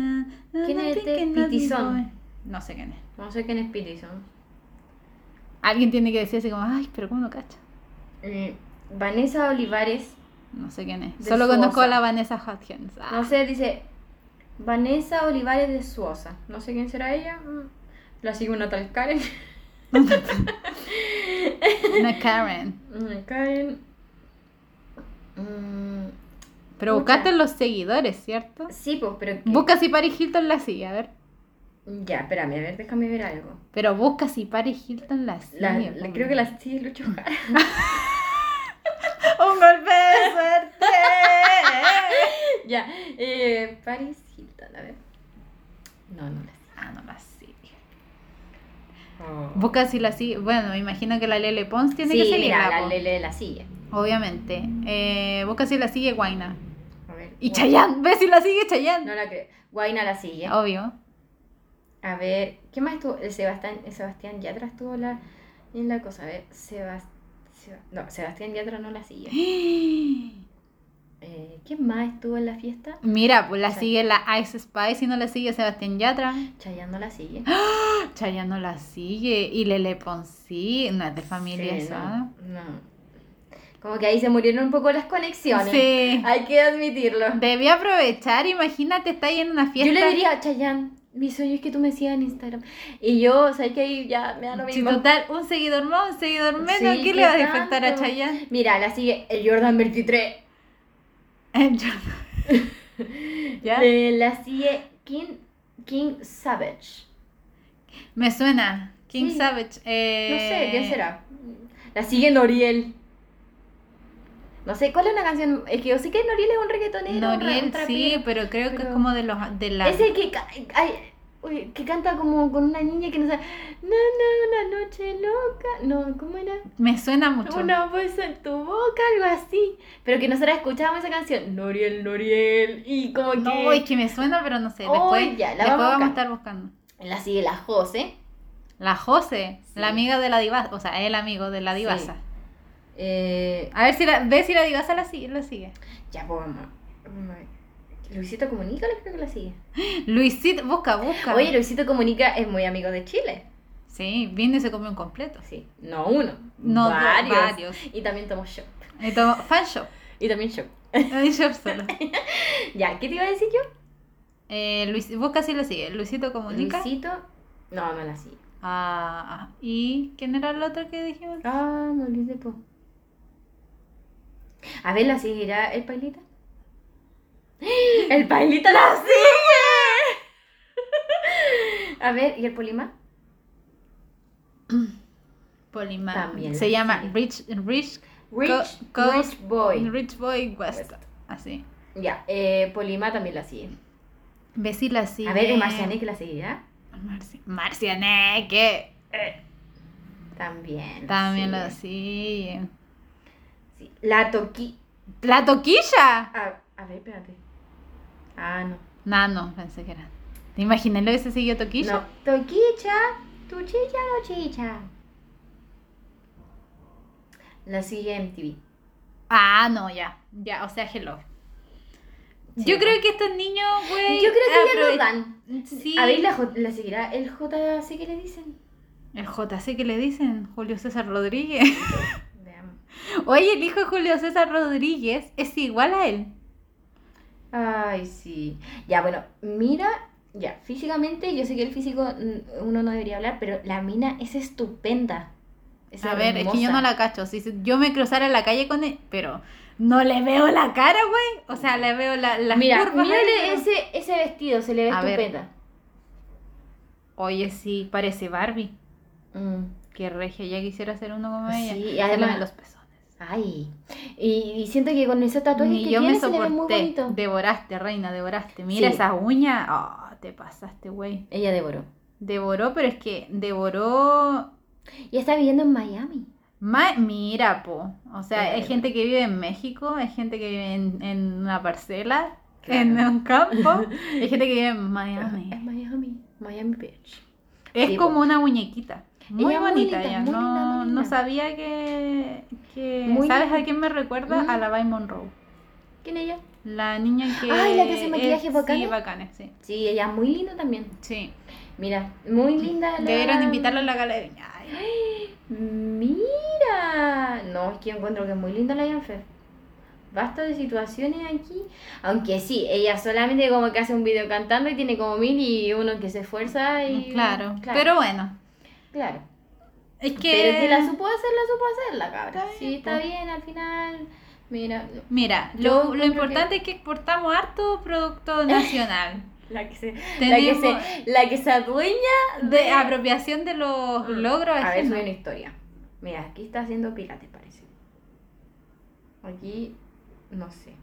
A: Na,
B: ¿Quién
A: na,
B: es este
A: pequeña, mi
B: pitizón?
A: boy. No sé quién es.
B: No sé quién es Peterson.
A: Alguien tiene que decir así como, ay, pero ¿cómo no cacha?
B: Eh, Vanessa Olivares.
A: No sé quién es.
B: De
A: Solo conozco
B: Suosa.
A: a la Vanessa Hudgens. Ah,
B: No sé, dice. Vanessa Olivares de Suosa. No sé quién será ella. mm. La sigue una tal Karen. *laughs*
A: Una Karen.
B: Una Karen. Mm,
A: Pero
B: Pucha.
A: buscaste los seguidores, ¿cierto?
B: Sí, pues, pero. que-
A: Busca si Paris Hilton la sigue, a ver.
B: Ya, espérame, a ver, déjame ver algo.
A: Pero busca si Paris Hilton la sigue.
B: La- la-
A: hombre.
B: creo que la sigue Lucho Jara.
A: ¡Un golpe de suerte! *laughs*
B: ya, eh, Paris Hilton, a ver. No, no la sigue.
A: ah, no la sigue. Vos casi la silla. Bueno, me imagino que la Lele Pons tiene
B: sí,
A: que ser la
B: mira, la
A: po,
B: lele de la silla.
A: Obviamente. Eh, vos casi la sigue Guaina.
B: A ver.
A: Y
B: Gua-
A: Chayanne, Oh. ves si la sigue Chayanne.
B: No la creo. Guaina la silla.
A: Obvio. *gasps*
B: A ver, ¿qué más estuvo? El Sebastián, el Sebastián Yatra estuvo la, en la cosa. A ver, Sebas- Seba- no, Sebastián Yatra no la silla. Eh, ¿Quién más estuvo en la fiesta?
A: Mira, pues la
B: Chay-
A: sigue la Ice Spice y no la sigue Sebastián Yatra.
B: Chayanne no la
A: *gasps*
B: sigue.
A: Chayanne no la sigue. Y Lele Pons sí. No es de familia ¿eh?
B: Sí,
A: eso.
B: no, no. Como que ahí se murieron un poco las conexiones.
A: Sí.
B: Hay que admitirlo.
A: Debí aprovechar, imagínate, está ahí en una fiesta.
B: Yo le diría a Chayanne, mi sueño es que tú me sigas en Instagram. Y yo, ¿sabes que Ahí ya me da lo
A: Si
B: mismo.
A: total, un seguidor más, un seguidor menos,
B: Sí,
A: ¿qué le va a
B: ¿qué
A: afectar a
B: tanto? *laughs*
A: Chayanne?
B: Mira, la sigue el Jordan 23. *laughs*
A: ¿Ya?
B: Eh, la sigue King, King Savage.
A: Me suena. King
B: Sí.
A: Savage. eh,
B: No sé, ¿quién será? La sigue Noriel. No sé, ¿cuál es la canción? Es que yo sé que Noriel es un reggaetonero. un ra- un
A: Noriel, sí,
B: trapero.
A: pero creo que es
B: pero-
A: como de los de la.
B: Ese que, ca- ay, uy, que canta como con una niña que no sabe. No, no, una noche loca. No, ¿cómo era?
A: Me suena mucho.
B: Una voz en tu boca, algo así. Pero que nosotras escuchábamos esa canción. Noriel, Noriel. Y como que.
A: No, es que me suena, pero no sé.
B: Hoy
A: Después,
B: ya, la
A: después vamos a
B: vamos a buscar.
A: estar buscando.
B: La sigue la Jose.
A: La Jose,
B: Sí.
A: la amiga de la divasa, o sea, el amigo de la
B: Sí.
A: divasa.
B: Eh,
A: A ver si la, ve si la divasa la sigue, la sigue.
B: ya, pues vamos. vamos a ver. Luisito Comunica, creo que la sigue.
A: Luisito, busca, busca.
B: Oye, Luisito Comunica es muy amigo de Chile.
A: Sí, vino y se comió un completo.
B: Sí, no uno,
A: No, dos,
B: varios.
A: varios.
B: Y también tomo shop.
A: Y tomó fan
B: *laughs*
A: shop.
B: Y también shop.
A: Ay, shop solo.
B: Ya, ¿qué te iba a decir yo?
A: Eh, Luis, busca si la sigue. Luisito comunica.
B: Luisito. No, no la sigue.
A: Ah, ah. ¿Y quién era el otro que dijimos?
B: Ah, me olvidé, po. A ver, ¿la seguirá el Pailita? *gasps* ¡El Pailita la sigue! *laughs* A ver, ¿y el Polima?
A: Polima.
B: También
A: Se
B: la
A: llama
B: sigue.
A: Rich, Rich,
B: Rich,
A: Co- Co-
B: Rich Boy.
A: Rich Boy West.
B: West.
A: Así.
B: Ya, eh, Polima también la sigue.
A: Ve si la sigue.
B: A ver, ¿el Marcianek la seguirá?
A: Marci- Marcianeque.
B: También. la
A: También
B: sigue.
A: lo sigue.
B: Sí. La Toqui.
A: ¿La toquilla?
B: A, a ver, espérate. Ah, no.
A: No, no, pensé que era. ¿Te imaginé lo hubiese seguido toquilla?
B: No. Toquicha, tu chicha no chicha. La sigue MTV.
A: Ah, no, ya. Ya, o sea, hello.
B: Sí,
A: Yo
B: no.
A: creo que estos niños, güey.
B: Yo creo que ya
A: aprove-
B: no dan.
A: Sí.
B: A ver, la, J- la seguirá el JC que le dicen.
A: El JC que le dicen, Julio César Rodríguez. *laughs*
B: Veamos.
A: Oye, el hijo de Julio César Rodríguez es igual a él.
B: Ay, sí. Ya, bueno, mira, ya, físicamente, yo sé que el físico mm, uno no debería hablar, pero la mina es estupenda. Es
A: a ver, es que yo
B: hermosa.
A: no la cacho. Si si yo me cruzara en la calle con él, pero no le veo la cara, güey. O sea, le veo la, las
B: Mira,
A: curvas.
B: mírale
A: ahí, pero-
B: ese, ese vestido, se le ve
A: A ver.
B: estupenda.
A: Oye, sí, parece Barbie.
B: Mm.
A: Que regia, ya quisiera hacer uno como
B: Sí,
A: ella.
B: y
A: Se le ven
B: además-
A: los pezones.
B: Ay, y, y siento que con esos tatuajes
A: Ni
B: que
A: yo
B: tiene
A: me
B: se le ve muy
A: soporté.
B: bonito.
A: Devoraste, reina, devoraste. Mira
B: Sí.
A: esas uñas. ah te pasaste, güey.
B: Ella devoró.
A: Devoró, pero es que devoró
B: Y está viviendo en Miami.
A: Ma- mira, po. O sea,
B: Es
A: hay
B: verdad.
A: gente que vive en México, hay gente que vive en, en una parcela,
B: Claro.
A: en un
B: *laughs*
A: campo, hay gente que vive en Miami.
B: Es Miami, Miami Beach.
A: Es
B: Sí, po.
A: como una muñequita. Muy
B: Ella muy
A: bonita
B: linda,
A: ella.
B: muy
A: no,
B: linda, muy
A: no
B: linda.
A: sabía que. que-
B: Muy
A: ¿Sabes
B: linda.
A: a quién me recuerda? A
B: Mm.
A: la By Monroe.
B: ¿Quién ella?
A: La niña que.
B: Ay, la que hace
A: es-
B: maquillajes
A: Sí,
B: bacanes.
A: bacanes, sí.
B: Sí, ella es muy linda también.
A: Sí.
B: Mira, muy linda. la-
A: Deberían invitarla a la gala de Viña. Ay,
B: Mira. No, es que yo encuentro que es muy linda la Janfe. Basta de situaciones aquí. Aunque sí, ella solamente como que hace un video cantando y tiene como mil y uno que se esfuerza y...
A: Mm, Claro. Pero bueno.
B: Claro.
A: Es que.
B: Pero si la supo hacer, la supo hacer la cabra.
A: Está bien,
B: sí, está
A: po.
B: bien, al final. Mira, no.
A: Mira,
B: Yo
A: lo, lo
B: encuentro
A: importante es que exportamos harto
B: *laughs*
A: producto nacional.
B: la que se, la que
A: Tenemos
B: *laughs* se, la que se adueña
A: de apropiación de los logros
B: Mm, A ver,
A: ajenos.
B: soy una historia. Mira, aquí está haciendo pilates, parece. Aquí, no sé.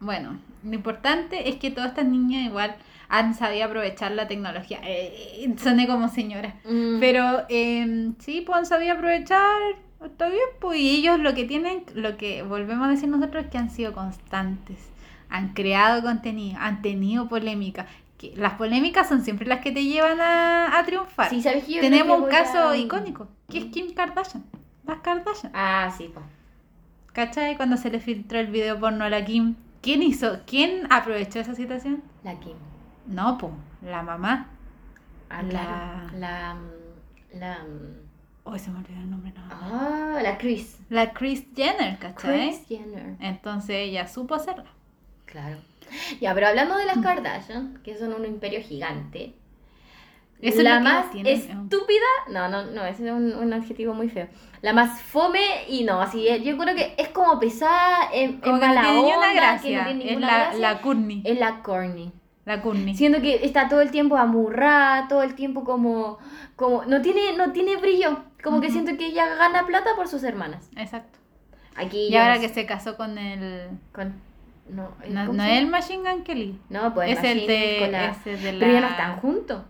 A: Bueno, lo importante es que todas estas niñas igual han sabido aprovechar la tecnología. Eh, soné como señora.
B: Mm.
A: Pero eh, sí, pues han sabido aprovechar, está bien, pues y ellos lo que tienen, lo que volvemos a decir nosotros es que han sido constantes, han creado contenido, han tenido polémica. Que las polémicas son siempre las que te llevan a, a triunfar.
B: Sí, ¿sabes que yo creo
A: Tenemos
B: que
A: un
B: voy
A: caso
B: a-
A: icónico, que es Kim Kardashian, las Kardashian.
B: Ah, sí, po.
A: ¿Cachai? Cuando se le filtró el video porno a la Kim, ¿quién hizo? ¿Quién aprovechó esa situación?
B: La Kim.
A: No, po, la mamá.
B: Ah,
A: La-
B: claro. La. La.
A: Uy, se me olvidó el nombre, no.
B: Ah, la Chris.
A: La Kris Jenner, ¿cachai?
B: Chris Jenner.
A: Entonces ella supo hacerlo.
B: Claro. Ya, pero hablando de las Kardashian, que son un imperio gigante.
A: Eso es
B: la
A: lo que
B: más
A: tienen, es un-
B: estúpida. No, no, no, ese es un, un adjetivo muy feo. La más fome y no, así es. Yo creo que es como pesada, es, es
A: Como que no
B: mala
A: tiene
B: onda,
A: ninguna
B: que no
A: gracia.
B: tiene
A: es
B: ninguna
A: la,
B: gracia.
A: la Courtney.
B: Es la corny.
A: La Courtney.
B: Siento que está todo el tiempo amurrada, todo el tiempo como, como no tiene, no tiene brillo. Como que
A: Ujú.
B: siento que ella gana plata por sus hermanas.
A: Exacto.
B: Aquí
A: Y,
B: yo
A: ahora
B: no
A: que
B: sé,
A: se casó con el.
B: con no, ¿cómo
A: No,
B: se
A: no
B: llama?
A: es el Machine Gun Kelly.
B: No, pues
A: es el de.
B: con la-
A: ese de la...
B: Pero ya no están
A: *gasps*
B: juntos.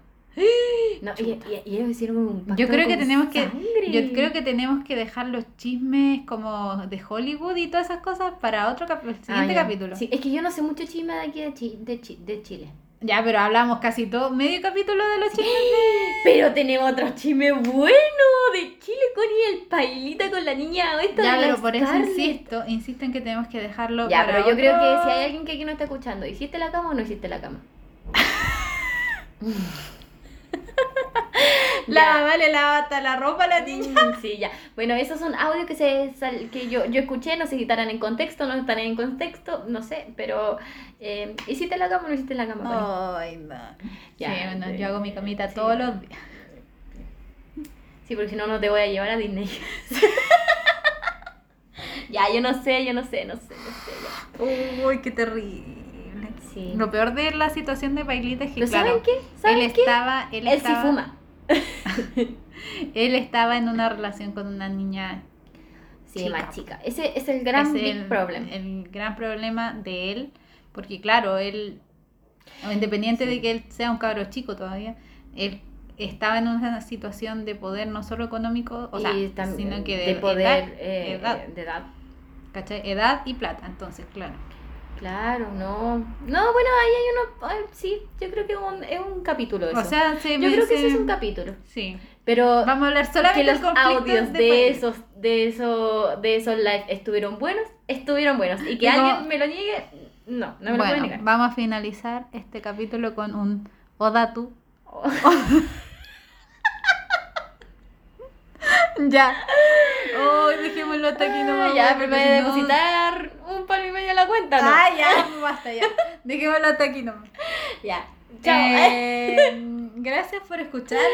B: No, y, y- y ellos hicieron un pacto
A: Yo creo que
B: con
A: tenemos que.
B: sangre.
A: Yo creo que tenemos que dejar los chismes como de Hollywood y todas esas cosas para otro cap- el
B: Ah,
A: siguiente
B: ya.
A: capítulo.
B: Sí, es que yo no sé mucho chisme de aquí de, Chi- de, Chi- de Chile.
A: Ya, pero hablamos casi todo, medio capítulo de los chismes.
B: Pero tenemos otro chisme bueno de Chile con y el pailita con la niña esta
A: Ya,
B: de la
A: pero por eso
B: Scarlett.
A: insisto, insisto en que tenemos que dejarlo
B: Ya,
A: para
B: pero yo creo que
A: otro-
B: si hay alguien que aquí no está escuchando, ¿hiciste la cama o no hiciste la cama?
A: *laughs* La vale, la bata, la ropa, la niña.
B: Mm, Sí, ya. Bueno, esos son audios que se sal- que yo, yo escuché, no sé si estarán en contexto, no estarán en contexto, no sé, pero eh, ¿hiciste la cama o no hiciste la cama?
A: Oh.
B: Connie?
A: Ay, no.
B: Ya,
A: sí, bueno,
B: eh,
A: yo hago mi camita
B: sí.
A: todos los días.
B: Sí, porque si no, no te voy a llevar a
A: *laughs*
B: Disney. ya, yo no sé, yo no sé, no sé, no sé. ya.
A: Uy, qué terrible.
B: Sí.
A: Lo peor de la situación de Bailita es que,
B: Pero
A: claro,
B: ¿saben qué? ¿Saben
A: él
B: qué?
A: estaba, él,
B: Él sí
A: estaba,
B: fuma.
A: él estaba en una relación con una niña.
B: Sí,
A: Chica.
B: más chica. Ese es el gran
A: Es
B: big
A: el, eh,
B: problem.
A: El gran problema de él, porque claro, él, independiente de que él sea un cabro chico todavía, él estaba en una situación de poder no solo económico, o sea,
B: Y tam-
A: sino que de,
B: de poder,
A: edad,
B: eh,
A: edad,
B: de edad.
A: ¿cachai? edad y plata, entonces, claro.
B: Claro, no. No, bueno, ahí hay uno. ay, sí, yo creo que un- es un capítulo eso.
A: O sea, se
B: yo
A: me-
B: creo que
A: se-
B: ese es un capítulo.
A: Sí.
B: Pero
A: Vamos a hablar
B: que
A: solamente
B: los
A: del conflicto
B: audios de,
A: país.
B: esos, de eso, de esos live estuvieron buenos, estuvieron buenos. Y que
A: Digo-
B: alguien me lo niegue, no, no me lo puede
A: bueno,
B: negar.
A: vamos a finalizar este capítulo con un *laughs* Odatu.
B: Oh.
A: ya. Oh, dejémoslo hasta aquí nomás.
B: Ah, ya,
A: weón,
B: pero
A: porque si
B: me voy a
A: no-
B: depositar un palmo y medio en la cuenta, ¿no?
A: Ah, ya, basta, ya. Dejémoslo hasta aquí nomás.
B: Ya. Chao.
A: Eh, *laughs* gracias por escucharnos.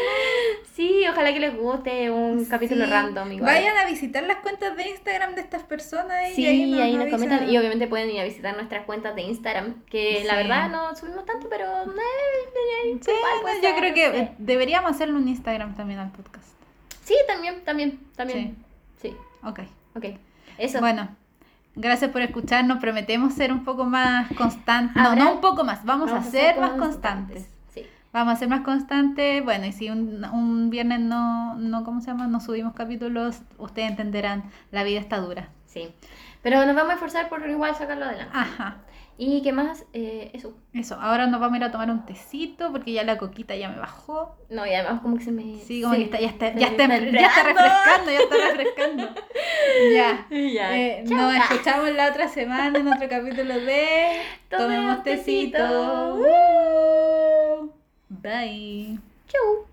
B: Sí, ojalá que les guste un capítulo
A: Sí.
B: random igual.
A: Vayan a visitar las cuentas de Instagram de estas personas. y
B: Sí,
A: ahí
B: ahí
A: nos,
B: nos,
A: avisan.
B: comentan y obviamente pueden ir a visitar nuestras cuentas de Instagram, que la
A: Sí.
B: verdad no subimos tanto, pero eh, eh,
A: Sí,
B: igual puede
A: no,
B: ser,
A: yo creo
B: no
A: que
B: sé.
A: eh, deberíamos hacerle un Instagram también al podcast.
B: Sí, también, también, también. Sí,
A: Ok.
B: ok. Eso.
A: Bueno, gracias por escucharnos. Prometemos ser un poco más constantes. No,
B: Habrá-
A: no un poco más. Vamos, a ser más constantes.
B: Sí.
A: Vamos a ser más constantes. Bueno, y si un, un viernes no, no, ¿cómo se llama? No subimos capítulos, ustedes entenderán. La vida está dura.
B: Sí. Pero nos vamos a esforzar por igual sacarlo adelante.
A: Ajá.
B: ¿Y qué más? Eh, eso.
A: Eso, ahora nos vamos a ir a tomar un tecito porque ya la coquita ya me bajó.
B: No, y además como que se me...
A: Sí, como
B: se
A: que está, ya, está,
B: me
A: ya, está,
B: enfriando.
A: ya está
B: *laughs*
A: refrescando, ya está *laughs* refrescando. ya.
B: Ya.
A: Eh,
B: Chao.
A: nos escuchamos la otra semana en otro capítulo de
B: *laughs* Tomemos
A: Tomemos
B: tecito.
A: tecito. Bye.
B: Chau.